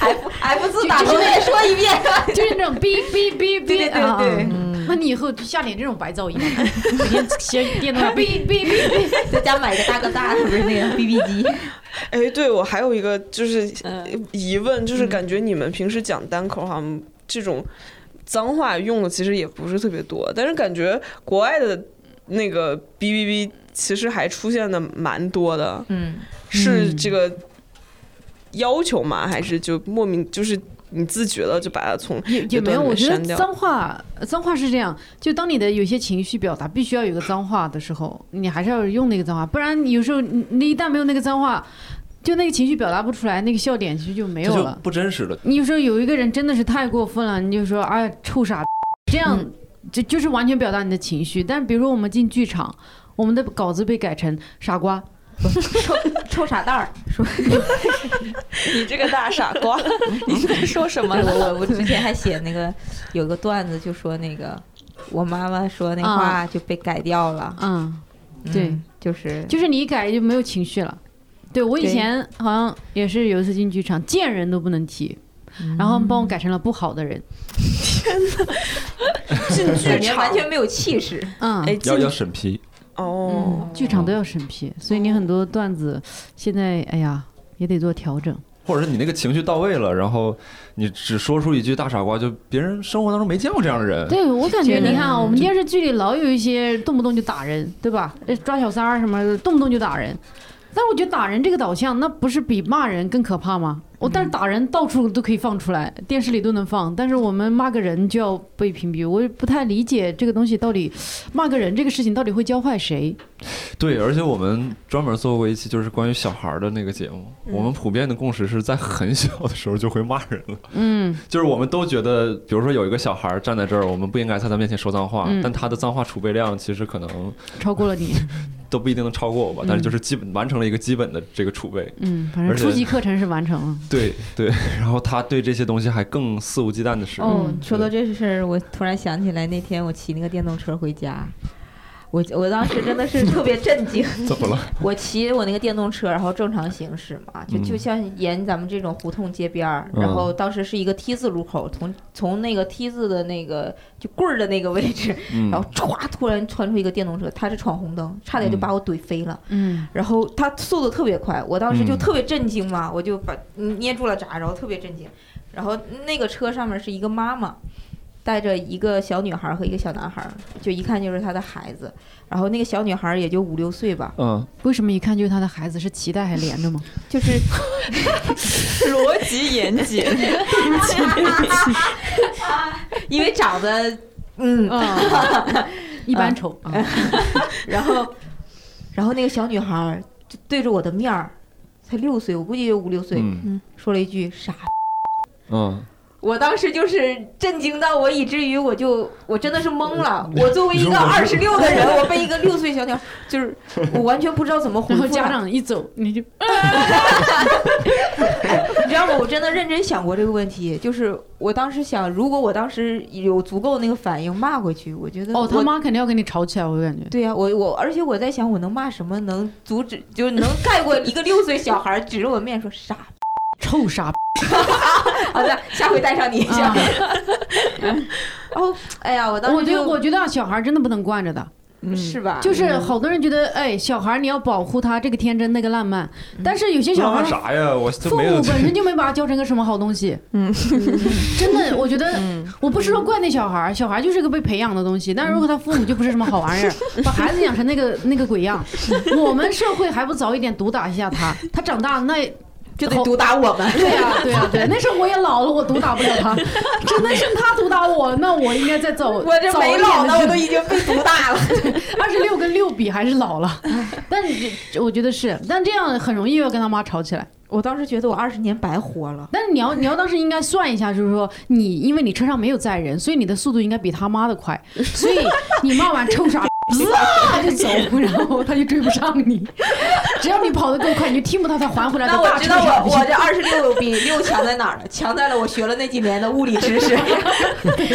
？F F 字打头再说一遍。 (laughs) (laughs) 就是那种哔哔哔对对哔对啊。对，那你以后就下点这种白噪音，啊 (laughs) 每天写电动哔哔哔哔。在家买个大哥大，不是那个 B B 机。 (laughs) 哎，对我还有一个就是嗯疑问，就是感觉你们平时讲单口好像这种脏话用的其实也不是特别多，但是感觉国外的那个哔哔哔其实还出现的蛮多的，嗯，是嗯这个要求吗？还是就莫名就是你自觉的就把它从也也没有，段我给觉删得掉脏话，脏话是这样，就当你的有些情绪表达必须要有个脏话的时候，你还是要用那个脏话，不然有时候你你一旦没有那个脏话，就那个情绪表达不出来，那个笑点其实就没这有就了。不真实了。你有时候有一个人真的是太过分了，你就说哎臭傻逼，这样嗯就就是完全表达你的情绪。但比如说我们进剧场，我们的稿子被改成傻瓜，臭臭傻蛋儿，说 (laughs) 你这个大傻瓜，你在说什么我呢？我我之前还写那个有啊个段子，就说那个我妈妈说那话就被改掉了，嗯，对嗯，就是就是你一改就没有情绪了。对我以对前好像也是有一次进剧场，见人都不能提，然后帮我改成了不好的人。进剧感觉场完全没有气势。嗯，哎，要进要审批，哦嗯，剧场都要审批，所以你很多段子现在哎呀也得做调整。或者是你那个情绪到位了，然后你只说出一句大傻瓜，就别人生活当中没见过这样的人。对我感觉觉得你看啊，我们电视剧里老有一些动不动就打人，对吧？呃抓小三儿什么的，动不动就打人。但我觉得打人这个导向，那不是比骂人更可怕吗？我、但是打人到处都可以放出来，电视里都能放，但是我们骂个人就要被屏蔽，我也不太理解这个东西到底骂个人这个事情到底会教坏谁？对，而且我们专门做过一期就是关于小孩儿的那个节目，嗯我们普遍的共识是在很小的时候就会骂 (laughs) 人了。嗯，就是我们都觉得，比如说有一个小孩站在这儿，我们不应该在他面前说脏话，嗯但他的脏话储备量其实可能超过了 (laughs) 你，都不一定能超过我吧，但是就是基本完成了一个基本的这个储备。嗯，反正而且初级课程是完成了。对对， (laughs) 然后他对这些东西还更肆无忌惮的使用。哦嗯，说到这事儿，我突然想起来，那天我骑那个电动车回家，我我当时真的是特别震惊。怎么了？我骑我那个电动车，然后正常行驶嘛，就嗯就像沿咱们这种胡同街边儿，嗯然后当时是一个 T 字路口，从从那个 T 字的那个就棍儿的那个位置，嗯 (laughs) 然后歘突然窜出一个电动车，他是闯红灯，差点就把我怼飞了。嗯，然后他速度特别快，我当时就嗯特别震惊嘛，我就把嗯捏住了闸，然后特别震惊。然后那个车上面是一个妈妈，带着一个小女孩和一个小男孩，就一看就是她的孩子。然后那个小女孩也就五六岁吧，嗯，为什么一看就是他的孩子是脐带还连着吗？就是逻辑严谨，因为长得 (laughs) 嗯，嗯，一般丑啊。然后 (laughs) 然后那个小女孩就对着我的面儿，才六岁，我估计有五六岁，嗯说了一句傻嗯，我当时就是震惊到我，以至于我就我真的是懵了。我作为一如个果二十六的人，我被一个六岁小鸟，就是我完全不知道怎么回然复后了。家长一走，你就你知道吗？我真的认真想过这个问题，就是我当时想，如果我当时有足够那个反应骂回去，我觉得哦，他我妈肯定要跟你吵起来，我感觉。对呀、我我而且我在想，我能骂什么能阻止，就是能盖过一个六岁小孩指着我面说傻臭傻逼，好的，下回带上你一嗯下。哦，哎呀，我当啊我时觉得就啊嗯我觉得啊小孩真的不能惯着的，是吧，就是好多人觉得，哎，小孩你要保护他这个天真那个烂漫，嗯但是有些小骂孩。啥呀？我父就没有母本 (laughs) 身就没把他教成个什么好东西，嗯， (laughs) 真的，我觉得嗯我不是说怪那小孩儿，小孩就是个被培养的东西，但是如果他父母就不是什么好玩意儿，把孩子养成那个那个鬼 (laughs) 样，我们社会还不早一点毒打一下他，他长大那就哦得毒打我们。对呀、对呀、啊对、那时候我也老了，我毒打不了他，真的是他毒打我，那我应该再走，我这没老呢，我都已经被毒打了。二十六跟六比还是 (laughs) 老了，但是这我觉得是，但这样很容易要跟他妈吵起来。我当时觉得我二十年白活了。但是你要你要当时应该算一下，就是说你因为你车上没有载人，所以你的速度应该比他妈的快，所以你骂完臭 (laughs) 傻。啊！就走，然后他就追不上你。只要你跑得够快，你就听不到他还回来的那大我臭知道傻逼。我我这二十六比六强在哪儿了？强在了我学了那几年的物理知识。给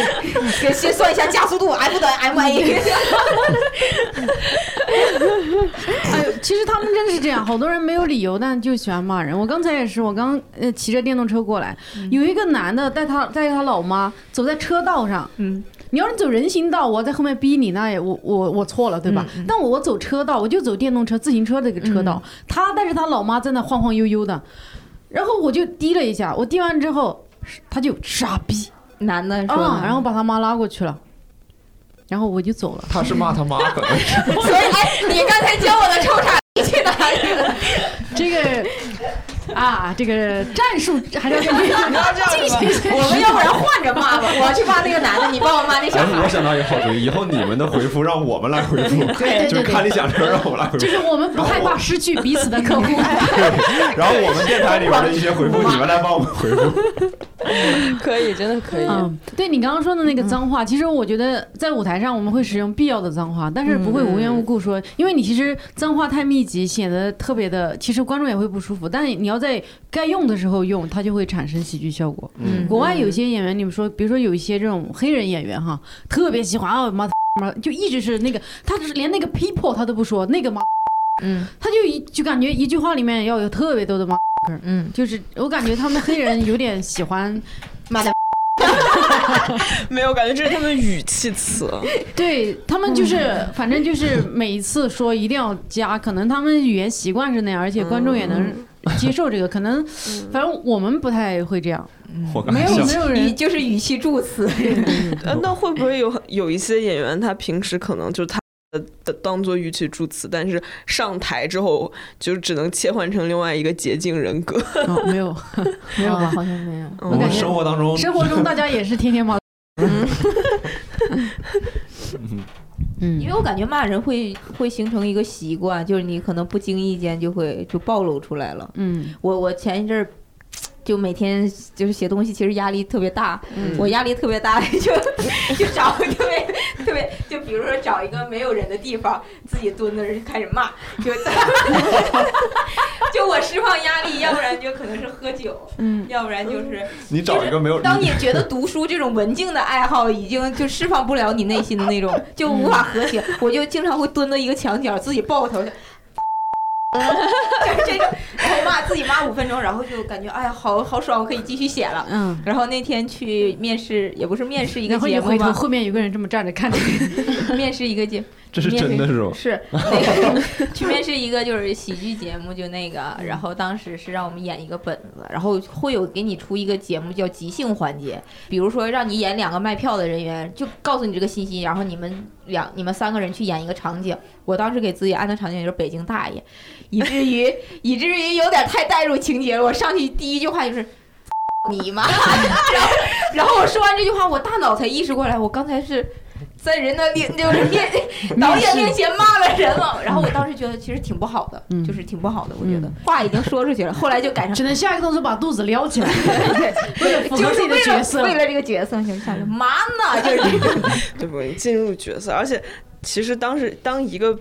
先算一下加速度，F 等于 ma。哎呦，其实他们真的是这样，好多人没有理由，但就喜欢骂人。我刚才也是，我刚呃骑着电动车过来，嗯有一个男的带他带着他老妈走在车道上，嗯，你要是走人行道，我在后面逼你，那也我我我错了，对吧？嗯但我我走车道，我就走电动车、自行车这个车道，他带着他老妈在那晃晃悠悠的，然后我就滴了一下，我滴完之后，他就傻逼男的说，啊，然后把他妈拉过去了，然后我就走了。他是骂他妈，可能是所以哎，你刚才教我的臭傻逼去哪里了？这个。啊，这个战术还是要 (laughs) 跟进行一些我们要不然换着骂吧，我去骂那个男的，你帮我骂那小哎，我孩。想到一个好主意，以后你们的回复让我们来回复，对对就是对看理想车让我们来回复就，是我们不害怕失去彼此 (laughs) 的客户。然后我们电台里边的一些回复，你们来帮我们回复。 (laughs) 可以，真的可以。嗯，对你刚刚说的那个脏话，其实我觉得在舞台上我们会使用必要的脏话，但是不会无缘无故说，因为你其实脏话太密集，显得特别的，其实观众也会不舒服。但你要在该用的时候用，它就会产生喜剧效果。嗯国外有些演员，你们说，比如说有一些这种黑人演员哈，特别喜欢啊，妈妈就一直是那个，他就是连那个 people 他都不说，那个妈，嗯他就一就感觉一句话里面要有特别多的妈，嗯，就是我感觉他们黑人有点喜欢，没有感觉这是他们语气 (laughs) 词，对他们就是反正就是每一次说一定要加，可能他们语言习惯是那样，而且观众也能接受这个，可能反正我们不太会这样，我刚嗯没才有 (laughs) 想没有语人就是语气助词，呃，那会不会有有一些演员他平时可能就他的的当做语气助词，但是上台之后就只能切换成另外一个捷径人格？哦没有 (laughs) 没有哦吧，好像没有。嗯我感们觉生活当中，生活中大家也是天天骂，嗯嗯因为我感觉骂人会会形成一个习惯，就是你可能不经意间就会就暴露出来了。嗯我我前一阵儿。就每天就是写东西，其实压力特别大。我压力特别大， (laughs) 就就找特别特别，就比如说找一个没有人的地方，自己蹲那儿就开始骂，就就我释放压力，要不然就可能是喝酒，嗯，要不然就是你找一个没有当你觉得读书这种文静的爱好已经就释放不了你内心的那种，就无法和谐，我就经常会蹲到一个墙角，自己抱个头，就 (laughs) 就是这种，然后骂自己骂五分钟，然后就感觉哎呀，好好爽，我可以继续写了。嗯。然后那天去面试，也不是面试一个然后一节目回头，吧，后面有个人这么站着看着你，面试一个节这是真的是吗？ (laughs) 是那个去面试一个就是喜剧节目，就那个，然后当时是让我们演一个本子，然后会有给你出一个节目叫即兴环节，比如说让你演两个卖票的人员，就告诉你这个信息，然后你们两你们三个人去演一个场景。我当时给自己安的场景就是北京大爷，以至于以至于有点太带入情节了，我上去第一句话就是。你妈！然后，然后我说完这句话，我大脑才意识过来，我刚才是在人的面，就是面导演面前骂了人了。然后我当时觉得其实挺不好的，嗯就是挺不好的。我觉得嗯话已经说出去了，后来就改成 (laughs) 只能下一个动作把肚子撩起来，为 (laughs) 了符合就自是己的为了角色。为了这个角色，就是下去嘛呢？就是这种对不？你进入角色，而且其实当时当一个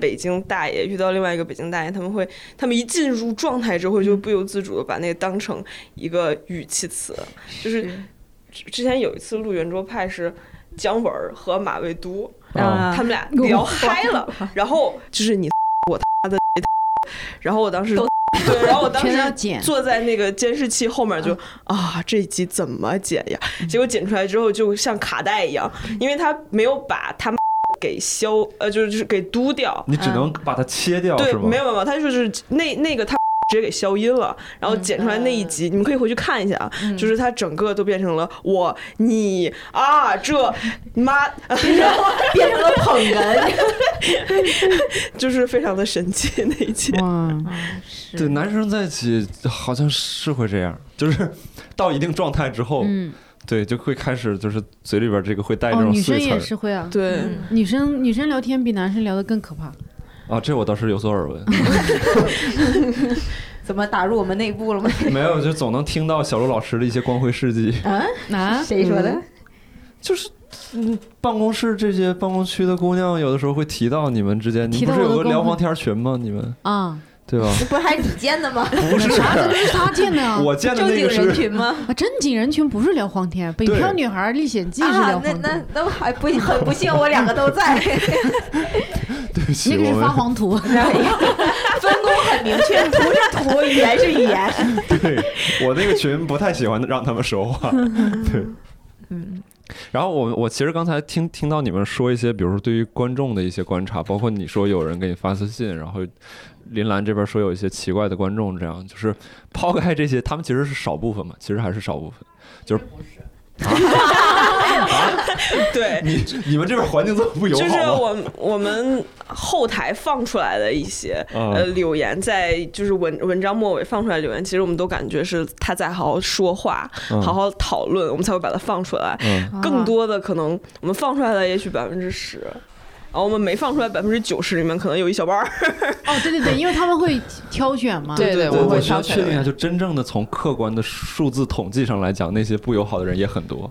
北京大爷遇到另外一个北京大爷，他们会他们一进入状态之后，就不由自主的把那个当成一个语气词。就是之之前有一次录圆桌派是姜文儿和马未都，啊啊，他们俩聊嗨了，然后就是你我他的，然后我当时都对，然后我当全都要时剪，坐在那个监视器后面嗯就啊，这一集怎么剪呀？结果剪出来之后就像卡带一样，因为他没有把他给消呃，就是就是给嘟掉，你嗯只能把它切嗯掉对，是吗没？有办法，他就是那那个他直接给消音了，然后剪出来那一集，你们可以回去看一下啊，嗯就是他整个都变成了我你啊这 (laughs) 妈，变成了捧哏。 (laughs) 就是非常的神奇那一集。哇，对，男生在一起好像是会这样，就是 (laughs) 到一定状态之后，嗯，对，就会开始就是嘴里边这个会带这哦，种女生碎也词是会啊，对，嗯女生女生聊天比男生聊的更可怕。儿啊，这我倒是有所耳 (laughs) 闻，怎么打入我们内部了吗？没有，就总能听到小陆老师的一些光辉事迹，啊，啊，谁说的？就是。嗯，办公室这些办公区的姑娘，有的时候会提到你们之间，你提们到不是我的有个公聊会黄天群吗？你们啊，对吧？这不是还是你建的吗？ (laughs) 不是， (laughs) 是他建的啊。我见的正那经个 (laughs) 人是群吗？啊，正经人群不是聊黄天，《啊北漂女孩历险记》是聊啊，那黄那天，那我还不很不幸，我两个都在， (laughs) 对不那起，个我是发们黄图。分工很明确，图是图，语言是语言。对我那个群不太喜欢让他们说 (laughs) 话，对。嗯，然后我我其实刚才听听到你们说一些，比如说对于观众的一些观察，包括你说有人给你发私信，然后林兰这边说有一些奇怪的观众，这样就是抛开这些，他们其实是少部分嘛，其实还是少部分，就是对，你你们这边环境这么不友就是好吗？我们我们后台放出来的一些嗯呃留言，在就是文文章末尾放出来的留言，其实我们都感觉是他在好好说话，嗯好好讨论，我们才会把它放出来。嗯，更多的可能我们放出来的也许百分之十，然后我们没放出来百分之九十里面可能有一小半儿， (laughs) 哦，对对对，因为他们会挑选嘛。对对对，对我我会需要确挑选定一下，的。就真正的从客观的数字统计上来讲，那些不友好的人也很多，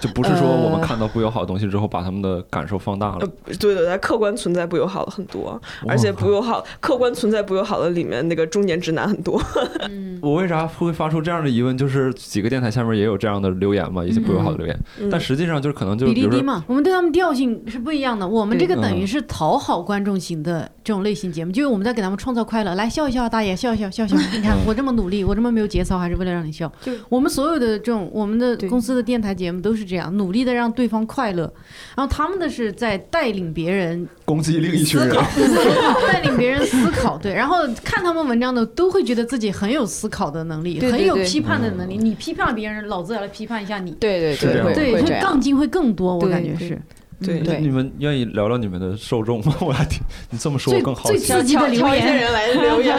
就不是说我们呃看到不友好的东西之后，把他们的感受放大了。对对对，客观存在不友好的很多，而且不友好客观存在不友好的里面那个中年直男很多， (laughs) 嗯，我为啥会发出这样的疑问？就是几个电台下面也有这样的留言嘛，一些不友好的留言，嗯但实际上就是可能就比是比例如低说嘛，我们对他们调性是不一样的。我们这个对嗯等于是讨好观众型的这种类型节目，就是我们在给他们创造快乐，来笑一笑，大爷笑一笑，笑一笑。你看嗯我这么努力，我这么没有节操，还是为了让你笑就。我们所有的这种我们的对公司的电台节目都是这样，努力的让对方快乐，然后他们的是在带领别人攻击另一群人，带领别人思考，对，然后看他们文章的都会觉得自己很有思考的能力，对对很有对批判的能力。你批判了别人，老子也来批判一下你，对对是这对，样会的对，会这他样。杠精会更多，我对感觉对是。对嗯对你们愿意聊聊你们的受众吗？ (laughs) 我还挺，你这么说我最更好最奇。刺激的留挑一些言，人来留言，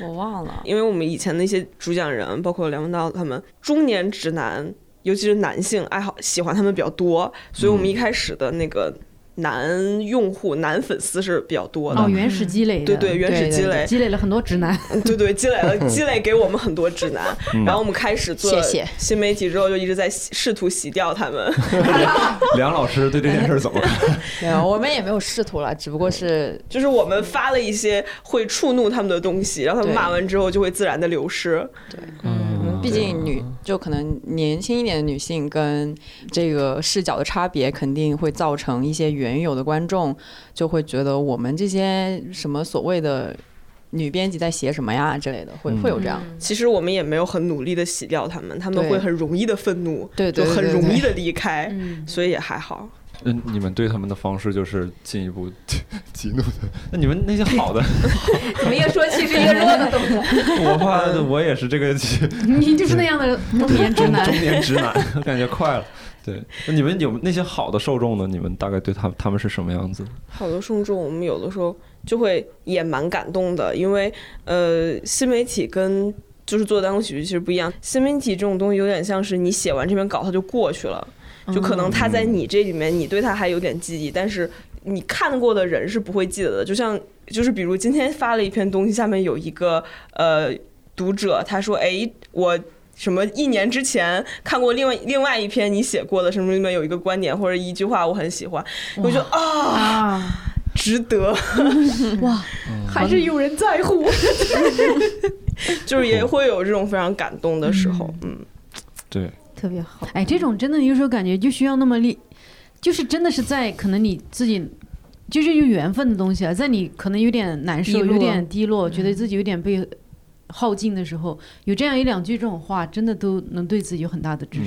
我忘了。因为我们以前那些主讲人，包括梁文道他们，中年直男，尤其是男性爱好喜欢他们比较多，所以我们一开始的那个男用户、男粉丝是比较多的。嗯哦，原始积累的，对对，原始积累，积累了很多直男，对对，积累了 (laughs) 积累给我们很多指南，嗯然后我们开始做谢谢新媒体之后，就一直在洗试图洗掉他们。梁老师对这件事儿怎么 (laughs) 看？没有，啊我们也没有试图了，只不过是就是我们发了一些会触怒他们的东西，然后他们对骂完之后就会自然的流失。嗯，毕竟女就可能年轻一点的女性跟这个视角的差别，肯定会造成一些原有的观众就会觉得我们这些什么所谓的女编辑在写什么呀之类的，会嗯会有这样。其实我们也没有很努力的洗掉他们，他们对会很容易的愤怒，对对就很对对容易的离开，嗯，所以也还好。嗯，你们对他们的方式就是进一步激怒 (laughs) 的。那你们那些好的，怎么越说起是一个弱的东西？我怕我也是这个 (laughs) 你就是那样的中年直男中。 (laughs) 年直男，我感觉快了。对，那你们有那些好的受众呢？你们大概对他他们是什么样子？好多受众，我们有的时候就会也蛮感动的，因为呃，新媒体跟就是做单口喜剧其实不一样。新媒体这种东西有点像是你写完这篇稿，它就过去了，就可能他在嗯你这里面，你对他还有点记忆，但是你看过的人是不会记得的。就像就是比如今天发了一篇东西，下面有一个呃读者他说：“哎，我。”什么？一年之前看过另外另外一篇你写过的什么里面有一个观点或者一句话我很喜欢，我就啊，啊，值得， (laughs) 哇，还是有人在乎。就是也会有这种非常感动的时候，嗯，对，特别好，哎，这种真的有时候感觉就需要那么力，就是真的是在可能你自己就是有缘分的东西啊，在你可能有点难受、低落有点低落，觉得自己有点被耗尽的时候，有这样一两句这种话，真的都能对自己有很大的支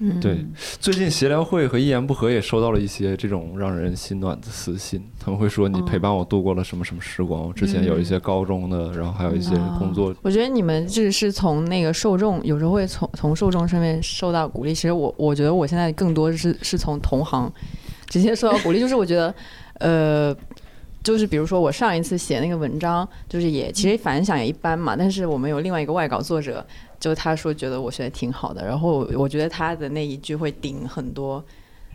嗯撑。对，最近闲聊会和一言不合也收到了一些这种让人心暖的私信，他们会说你陪伴我度过了什么什么时光。之前有一些高中的，然后还有一些嗯工作，我觉得你们这是从那个受众，有时候会从从受众身边受到鼓励。其实我我觉得我现在更多是是从同行直接受到鼓励，就是我觉得，呃，就是比如说我上一次写那个文章，就是也其实反响也一般嘛，但是我们有另外一个外稿作者，就他说觉得我写的挺好的，然后我觉得他的那一句会顶很多，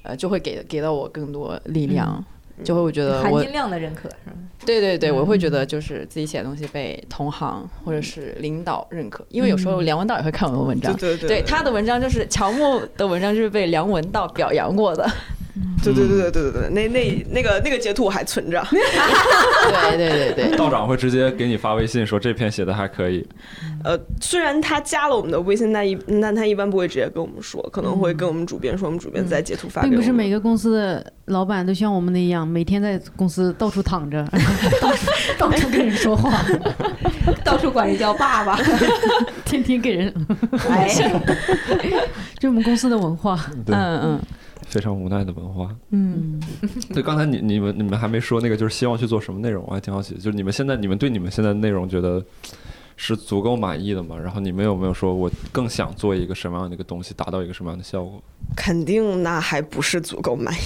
呃，就会给给到我更多力量，就会我觉得含我金量的认可是吗？对对对，我会觉得就是自己写的东西被同行或者是领导认可，因为有时候梁文道也会看我的文对章。对对，对他的文章就是乔木的文章就是被梁文道表扬过的，对对对对对对对，那那那个那个截图我还存着， (laughs) 对对对对，道长会直接给你发微信说这篇写的还可以。呃，虽然他加了我们的微信，但一但他一般不会直接跟我们说，可能会跟我们主编说，我们主编再截图发给我并们。不是每个公司的老板都像我们那样，每天在公司到处躺着， (laughs) 到处到处跟人说话， (laughs) 到处管人叫爸爸， (laughs) 天天给人， (laughs) 哎， (laughs) 就我们公司的文化。对，嗯嗯非常无奈的文化。嗯， (laughs) 对，刚才你你们你们还没说那个，就是希望去做什么内容，我还挺好奇。就是你们现在你们对你们现在的内容觉得是足够满意的吗？然后你们有没有说我更想做一个什么样的一个东西，达到一个什么样的效果？肯定那还不是足够满意。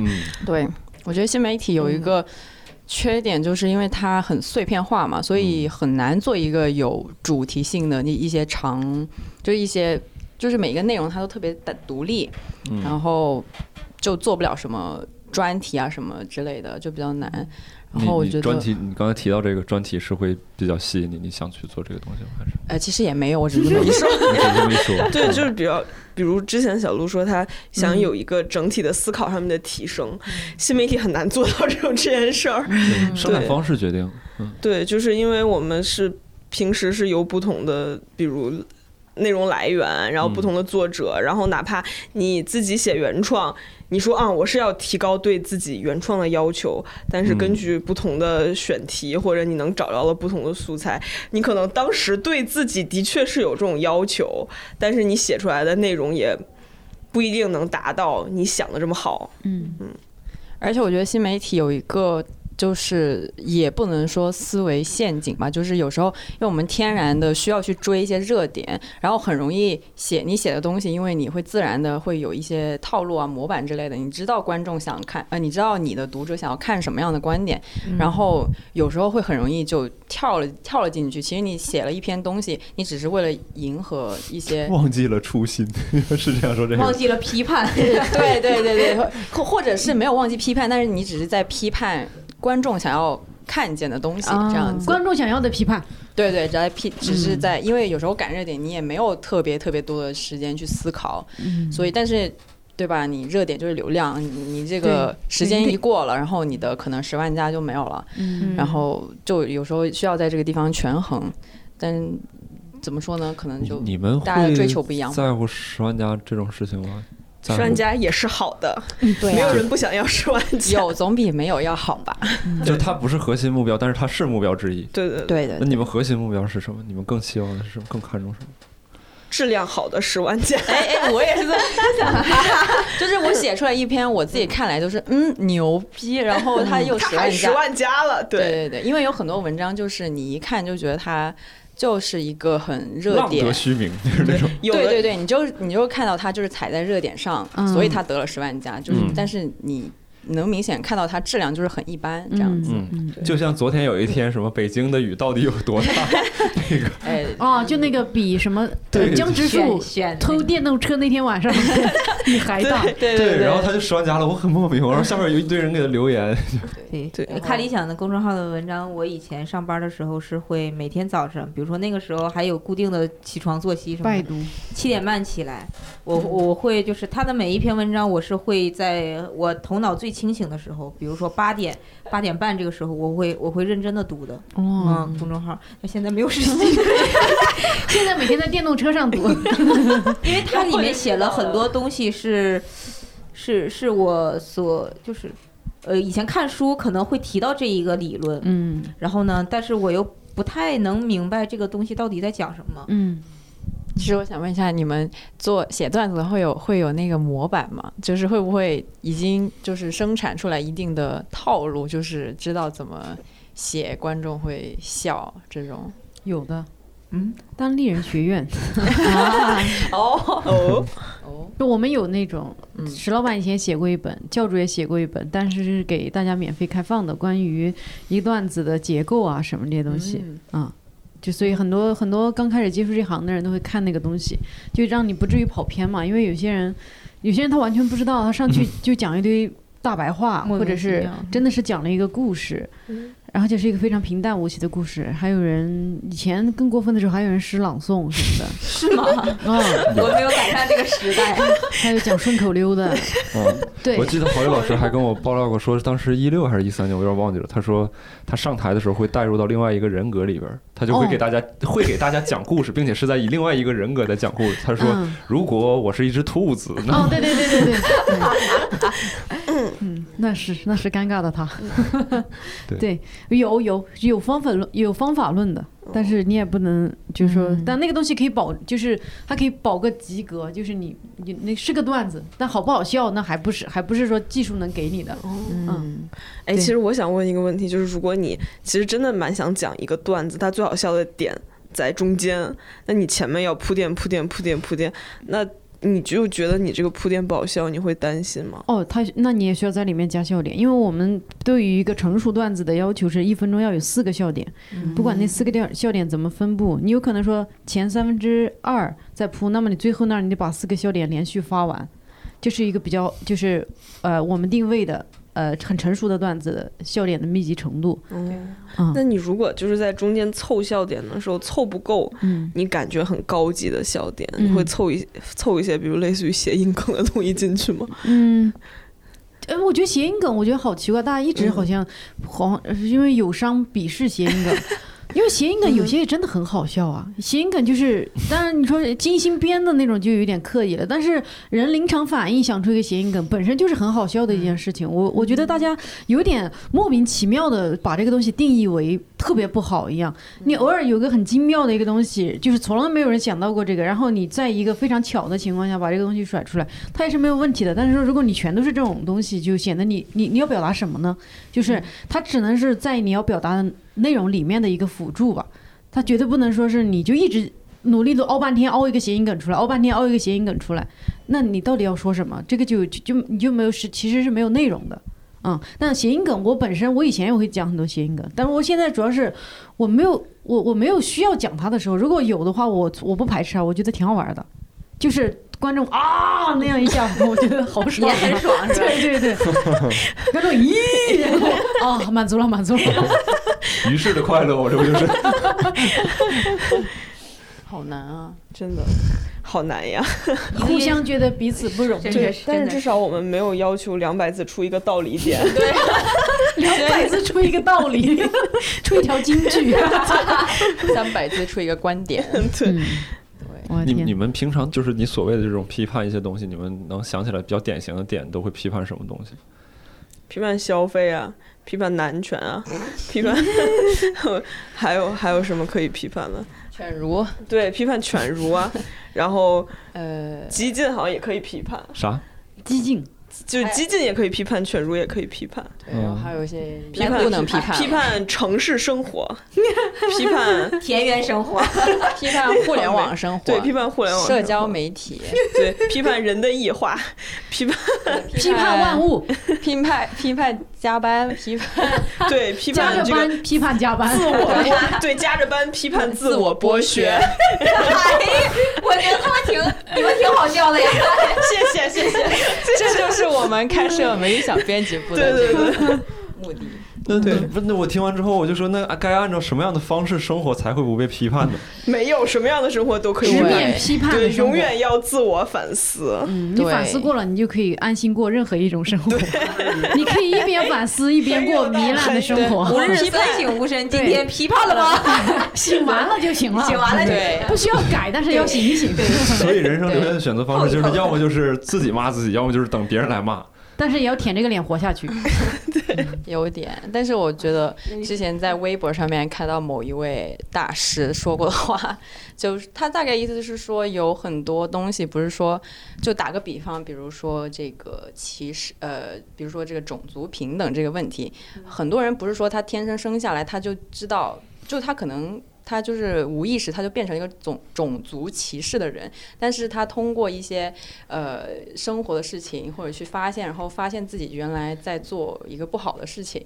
嗯，对，我觉得新媒体有一个缺点，就是因为它很碎片化嘛，所以很难做一个有主题性的一一些长，就一些嗯就是每一个内容它都特别的独立，然后就做不了什么专题啊什么之类的，就比较难。然你后我你觉专得，题，你刚才提到这个专题是会比较吸引你，你想去做这个东西吗？还是 (laughs) 呃，其实也没有，我只 (laughs) 是这么一说。你只是这么一说？对，就是比较，比如之前小鹿说他想有一个整体的思考上面的提升，新媒体很难做到这种这件事儿。嗯生产对方式决定。嗯，对，就是因为我们是平时是由不同的，比如。内容来源，然后不同的作者，然后哪怕你自己写原创，你说啊，我是要提高对自己原创的要求，但是根嗯据不同的选题、或者你能找到了不同的素材，你可能当时对自己的确是有这种要求，但是你写出来的内容也不一定能达到你想的这么好。嗯而且我觉得新媒体有一个。就是也不能说思维陷阱吧，就是有时候因为我们天然的需要去追一些热点，然后很容易写你写的东西，因为你会自然的会有一些套路啊、模板之类的，你知道观众想看，呃，你知道你的读者想要看什么样的观点，然后有时候会很容易就跳了跳了进去。其实你写了一篇东西，你只是为了迎合一些忘记了初心， (laughs) 是这样说这个。忘记了批判。 (laughs) 对对对对，或或者是没有忘记批判，但是你只是在批判观众想要看见的东西，这样子。啊观众想要的批判，对对，只在批，只是在，因为有时候赶热点，你也没有特别特别多的时间去思考，所以但是。对吧？你热点就是流量，你你这个时间一过了，然后你的可能十万加就没有了，嗯然后就有时候需要在这个地方权衡，但怎么说呢？可能你就你们大家的会追求不一样吧在乎十万加这种事情吗？在十乎万加也是好的，对没啊有人不想要十万加。有总比没有要好吧？就它不是核心目标，但是它是目标之一。对对对，对的那，你们核心目标是什么？你们更希望的是什么？更看重什么？质量好的十万 (laughs) 加。哎哎，我也是在想，就是我写出来一篇，我自己看来都是嗯牛逼，然后它又嗯他十还万十加，万加了，对对对，因为有很多文章就是你一看就觉得它就是一个很热浪点得，虚名，就是那种。有对的对对，你就你就看到它就是踩在热点上，嗯所以它得了十万加，就是、嗯但是你能明显看到它质量就是很一般这样子，嗯嗯，就像昨天有一天，什么北京的雨到底有多大？那个哎，哦，就那个比什么对呃江直选树选偷电动车那天晚上你啊还大， (laughs) 对对，然后他就十万加了，我很莫名。然后下面有一堆人给他留 (laughs) 言， (laughs) 对哦对我嗯看理想的公众号的文章，我以前上班的时候是会每天早上，比如说那个时候还有固定的起床作息什么拜的，读，七点半起来，我我会就是他的每一篇文章，我是会在我头脑最清醒的时候，比如说八点八点半这个时候，我会我会认真的读的，哦，嗯，公众号，那现在没有时间，现在每天在电动车上读，因为它里面写了很多东西是是是我所就是。呃，以前看书可能会提到这一个理论，嗯然后呢，但是我又不太能明白这个东西到底在讲什么。嗯，其实我想问一下，你们做写段子的会有会有那个模板吗？就是会不会已经就是生产出来一定的套路，就是知道怎么写观众会笑这种？有的，嗯，当丽人学院， (laughs) 哦哦，哦，就我们有那种嗯，石老板以前写过一本，教主也写过一本，但是是给大家免费开放的，关于一段子的结构啊什么这些东西。就所以很多很多刚开始接触这行的人都会看那个东西，就让你不至于跑偏嘛。因为有些人，有些人他完全不知道，他上 (laughs) 去就讲一堆大白话，莫或名者其是妙嗯真的是讲了一个故事，然后就是一个非常平淡无奇的故事。还有人以前更过分的时候，还有人诗朗诵什 (laughs) 是吗？么的，嗯，我没有赶上这个时代。还有讲顺口 (laughs) 溜的，嗯，对我，记得郝宇老师还跟我爆料过，说当时一六还是一三年，我有点忘记了。他说他上台的时候会带入到另外一个人格里边儿，他就会哦给大家、会给大家讲故事，并且是在以另外一个人格在讲故事。他说，嗯，如果我是一只兔子，那、哦，对对对对对，嗯，那是那是尴尬的他，对，有有有方法论，有方法论的，但是你也不能就是说，但那个东西可以保，就是它可以保个及格，就是你你那是个段子，但好不好笑那还不是还不是说技术能给你的，嗯哎，对其实我想问一个问题，就是如果你其实真的蛮想讲一个段子，它最好笑的点在中间，那你前面要铺垫铺垫铺垫铺垫，那你就觉得你这个铺垫不好笑，你会担心吗？哦，他那你也需要在里面加笑点，因为我们对于一个成熟段子的要求是一分钟要有四个笑点，不管那四个点笑点怎么分布，你有可能说前三分之二在铺，那么你最后那儿你得把四个笑点连续发完，这是一个比较就是呃我们定位的呃很成熟的段子的笑点的密集程度。嗯那你如果就是在中间凑笑点的时候凑不够，嗯，你感觉很高级的笑点，嗯你会凑一凑一些，比如类似于谐音梗的东西进去吗？ (laughs) 嗯，哎，我觉得谐音梗，我觉得好奇怪，大家一直嗯好像黄，呃因为友商鄙视谐音梗。 (laughs) 因为谐音梗有些也真的很好笑啊，谐音梗就是，当然你说精心编的那种就有点刻意了，但是人临场反应想出一个谐音梗，本身就是很好笑的一件事情。我我觉得大家有点莫名其妙的把这个东西定义为特别不好一样。你偶尔有个很精妙的一个东西，就是从来没有人想到过这个，然后你在一个非常巧的情况下把这个东西甩出来，它也是没有问题的。但是说，如果你全都是这种东西，就显得你你你要表达什么呢？就是它只能是在你要表达的内容里面的一个辅助吧，它绝对不能说是你就一直努力的凹半天，凹一个谐音梗出来，凹半天凹一个谐音梗出来，那你到底要说什么？这个就就就你就没有是其实是没有内容的。嗯，但谐音梗我本身我以前也会讲很多谐音梗，但是我现在主要是我没有我我没有需要讲它的时候，如果有的话，我我不排斥啊，我觉得挺好玩的，就是观众啊那样一下， (laughs) 我觉得好爽、也啊，很爽是吧？对对 (laughs) 对，观众咦，然后哦，满足了，满足了，于是的快乐，我这不就是？好难啊！真的好难呀！ (laughs) (laughs) 互相觉得彼此不容真易。的对，是但真是 (laughs) 的至少我们没有要求两百字出一个道理点，两百字出一个道理，出一条金句。 (laughs) 三百字出一个观点， (laughs) (laughs) 对，我啊的你天你，们平常就是你所谓的这种批判一些东西，你们能想起来比较典型的点都会批判什么东西？批判消费啊，批判男权 (laughs) 啊，批判 (laughs) 还有还有什么可以批判的？犬儒，对，批判犬儒啊，然后呃，激进好像也可以批判，啥？激进，哎就是激进也可以批判，犬儒也可以批判，对，然后还有一些批判不能批判，批判城市生 (laughs) 活，批判田园生活， (laughs) 批判互联网生活，对批判互联网生活、社交媒体，对批判人的异化，批判批判哎万物，批判批判加班，批判对批加判着这个班批判加班自。我剥对加着班批判自我剥削，我觉得他们挺你们挺好笑 (laughs) 的呀。谢谢谢谢，这就是我们开设美丽小编辑部对的对这个对。目的。那对，不是那我听完之后我就说，那啊该按照什么样的方式生活才会不被批判 (laughs) 呢？没有什么样的生活都可以 (laughs) 直过来面批判的对，生永活远要自我反思。嗯，你反思过了，你就可以安心过任何一种生活。 (laughs) 你可以一边反思，一边过糜烂的生无活，日三省吾身，今天批判了 (laughs) 吗？ (laughs) 醒完了就行了，醒完了就对不需要改，但是要醒一醒，所以人生留下的选择方式就是要么就是自己骂自己，要么就是等别人来骂。但是也要舔这个脸活下去。嗯有点，但是我觉得之前在微博上面看到某一位大师说过的话，就是他大概意思是说，有很多东西不是说，就打个比方，比如说这个歧视，呃，比如说这个种族平等这个问题，很多人不是说他天生生下来他就知道，就他可能。他就是无意识，他就变成一个种种族歧视的人，但是他通过一些呃生活的事情或者去发现，然后发现自己原来在做一个不好的事情，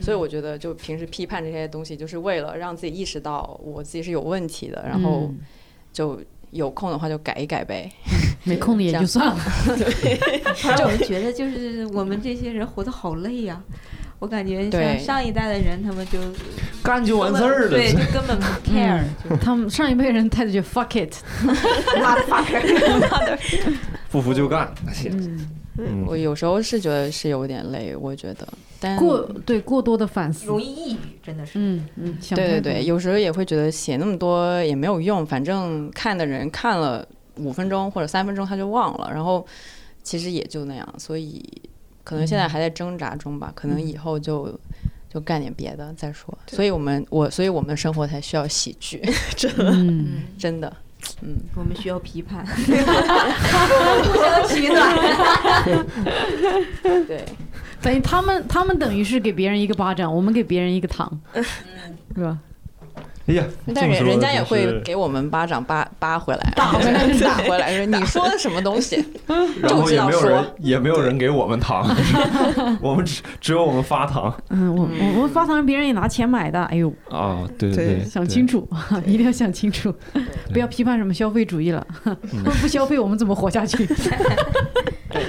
所以我觉得就平时批判这些东西，就是为了让自己意识到我自己是有问题的，然后嗯就有空的话就改一改呗。没空的也就算了。反正我就觉得就是我们这些人活得好累呀、我感觉像对上一代的人，他们就干就完事儿了。对，就根本不 (laughs) care，嗯嗯他们上一辈人态度就 fuck it，妈的 fucker，不服就干。嗯，嗯，我有时候是觉得是有点累，我觉得，嗯但过对过多的反思，容易抑郁，真的是。嗯嗯，想对对太多对，，有时候也会觉得写那么多也没有用，反正看的人看了五分钟或者三分钟他就忘了，然后其实也就那样，所以可能现在还在挣扎中吧，可能以后就。就干点别的再说，所以我们我所以我们的生活才需要喜剧， (laughs) 嗯，真的，嗯，我们需要批判， (laughs) 互相取暖。对，等于他们他们等于是给别人一个巴掌，我们给别人一个糖，嗯是吧？哎呀，但人人家也会给，给我们巴掌扒扒回来， (laughs) 打回来，打回来，说你说的什么东西？然后也没有就知道人说，也没有人给我们糖， (laughs) 我们只只有我们发糖嗯，我我们发糖别人也拿钱买的，哎呦，啊！对对对，想清楚，一定要想清楚，不 (laughs) 要批判什么消费主义了，不消费我们怎么活下去？对。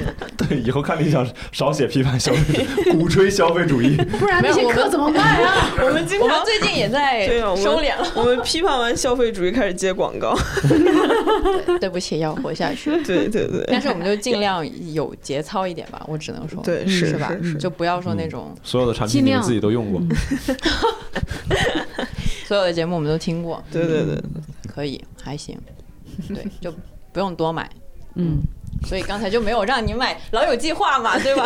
(laughs) 以后看理想少写批判消费主义，鼓吹消费主义。不然那些课怎么办啊呀？我们经我们常最近也 (laughs) 在对啊我们收敛了。我们批判完消费主义，开始接广 (laughs) 告。对不起，要活下 (laughs) 去。对对对，但是我们就尽量有节操一点吧，我只能说，对嗯是是嗯吧是是？就不要说那种所有的产品你尽们量自己都用过，所有的节目我们都听过，对对嗯对，可以，还 (laughs) 行，对，就不用多买。嗯，所以刚才就没有让你买《老友计划》嘛，对吧？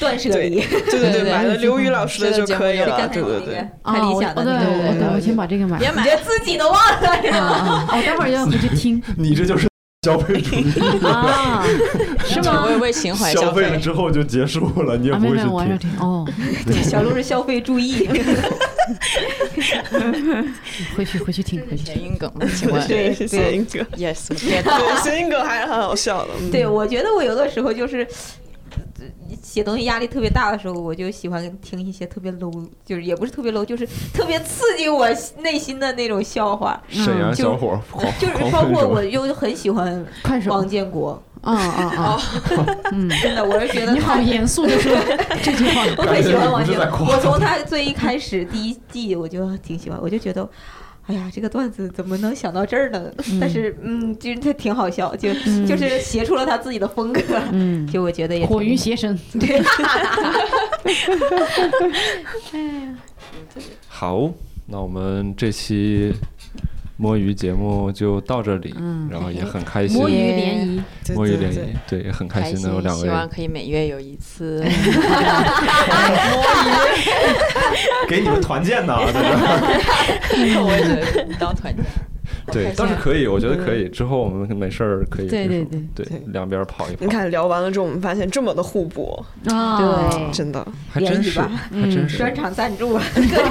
断舍离，对对对嗯对，对买了刘宇老师的是的就节目可以有了刚，才对我对那 (laughs) 对个。太理想的那个，啊我对对对，我先把这个买别了。你买连自己都忘了， (laughs) 啊啊！我待会儿要回去 (laughs) 听你这就是消费主义，啊，是吗？为为情怀消消费了费。之后就结束了，你也啊，不没有会去没有，我还要听。听哦，小鹿是消费注意，回去回去听回去谐听。音梗吗？请问对，谐音梗， (laughs) ，yes，我 get 到对，谐音梗还很好笑的。嗯对，我觉得我有的时候就是。呃写东西压力特别大的时候，我就喜欢听一些特别 low，就是也不是特别 low，就是特别刺激我内心的那种笑话。沈阳小伙儿狂就是狂包分括我手，又很喜欢快手，王啊建国，啊啊！嗯，真的，我是觉得你好他严肃 (laughs) 的说这句话， (laughs) 我很喜欢王建感觉你国，不是在夸我从他最一开始第一季我就挺喜欢，我就觉得。哎呀，这个段子怎么能想到这儿呢？嗯但是，嗯，就是他挺好笑，就、(laughs) 嗯就是写出了他自己的风格，嗯，就我觉得也挺火云邪神，对，好，那我们这期摸鱼节目就到这里，嗯然后也很开心摸，鱼联谊，对摸鱼对联对谊，对，也很开开心心能有两希望位可以每月有一次。给你们团建呢，在这儿。 (laughs) 我也觉得当团建，对，倒是可以，我觉得可以。之后我们没事儿可以，对对就是对，两边跑一跑你，看聊完了之后，我们发现这么的互补，哦啊，真的。还言真语是，吧还真是专。场赞助，各种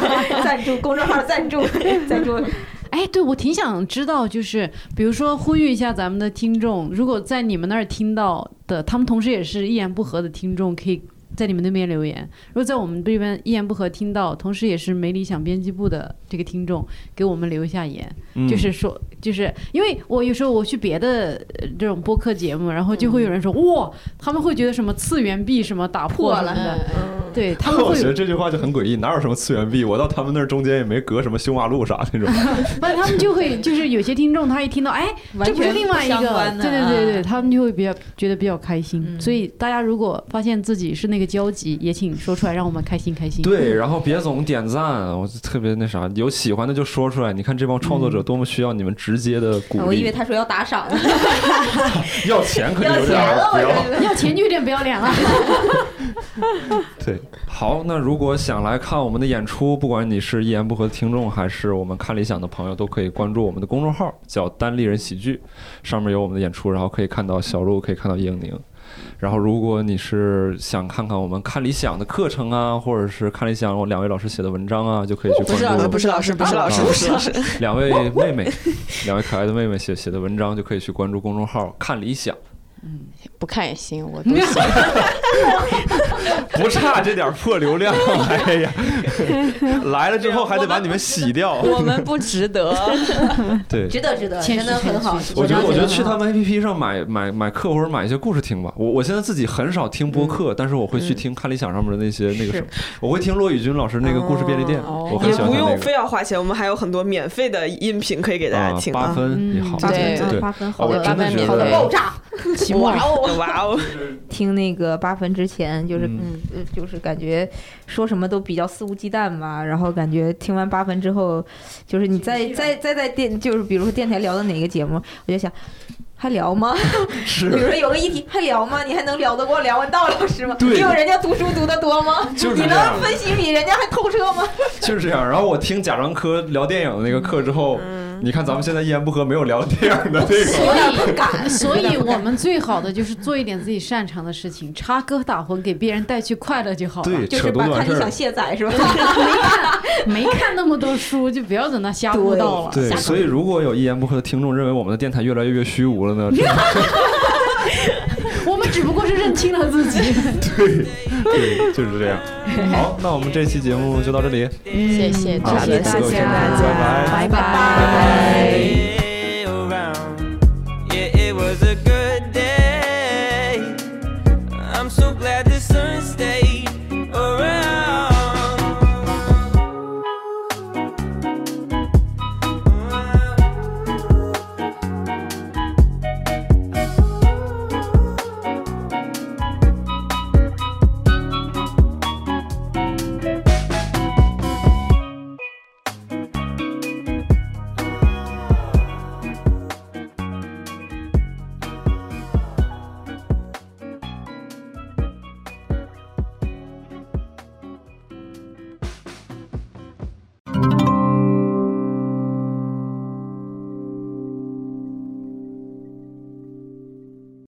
(laughs) 赞助公众号赞助，赞助哎，对，我挺想知道，就是比如说呼吁一下咱们的听众，如果在你们那儿听到的，他们同时也是一言不合的听众，可以在你们那边留言；如果在我们这边一言不合听到，同时也是没理想编辑部的这个听众，给我们留一下言，嗯就是说，就是因为我有时候我去别的呃这种播客节目，然后就会有人说，嗯哇，他们会觉得什么次元壁什么打破破什么了的，嗯，对他们我觉得会，这句话就很诡异，哪有什么次元壁？我到他们那儿中间也没隔什么修马路啥那种。不，他们就会就是有些听众他一听到，哎。 (laughs) 完这不是全另外一不个相关，的嗯对对对对，啊他们就会比较觉得比较开心。所以大家如果发现自己是那个交集，也请说出来，让我们开心开心。 (laughs) 对，然后别总点赞，我就特别那啥，有喜欢的就说出来。你看这帮创作嗯者多么需要你们直接的鼓励。我以为他说要打 (laughs) 赏呢，要钱可就要钱有点儿了，不我要。觉得。要钱就有点不要脸了。对，好，那如果想来看我们的演出，不管你是一言不合的听众，还是我们看理想的朋友，都可以关注我们的公众号，叫“单立人喜剧”，上面有我们的演出，然后可以看到小鹿，可以看到英宁。然后，如果你是想看看我们看理想的课程啊，或者是看理想我两位老师写的文章啊，就可以去哦不是老关注师，不是老师，不是哦老师，不是老师。两位妹 (laughs) 妹，两位可爱的妹妹写写的文章，就可以去关注公众号“看理想 (laughs) 不看也行，我 (laughs) 都行。不差这点破流量，哎 (laughs) 呀，来了之后还得把你们洗掉。我们不值 (laughs) 得，对，值得值 (laughs) 得，谦真虚的很好谦虚。我觉得，我觉得去很好他们 A P P 上买买买课或者买一些故事听吧。我我现在自己很少听播客，但是我会去听看理想上面的那些那个什么，我会听骆以军老师那个故事便利店，哦我很也喜欢不他那用个非要花钱，我们还有很多免费的音频可以给大家啊，听八啊。分也嗯好，八分对对。八分啊好我的，真的觉八分好免得费爆炸。期末哇哦哇哦！听那个八分之前，就是、嗯嗯，呃就是感觉说什么都比较肆无忌惮吧，然后感觉听完八分之后，就是你再再再在电，就是比如说电台聊的哪个节目，我就想。还聊吗？比如是说有个议题还聊吗？你还能聊得过梁文道老师吗？对你有人家读书读得多吗？就是你这样能分析比人家还透彻吗？就是这样。然后我听贾樟柯聊电影的那个课之后，你看咱们现在一言不合没有聊电影的这个，有点不敢。所以我们最好的就是做一点自己擅长的事情， (laughs) 插科打诨，给别人带去快乐就好了。对，就扯是犊把子完看事你想儿。卸载是吧？没看那么多书，就不要在那瞎胡闹了。对，所以如果有一言不合的听众认为我们的电台越来越虚无了呢，这 (laughs) 个我们只不过是认清了自 (laughs) 己。对，对，就是这样。好，那我们这期嗯节目就到这里。谢谢，好谢谢谢大家大家，拜拜拜拜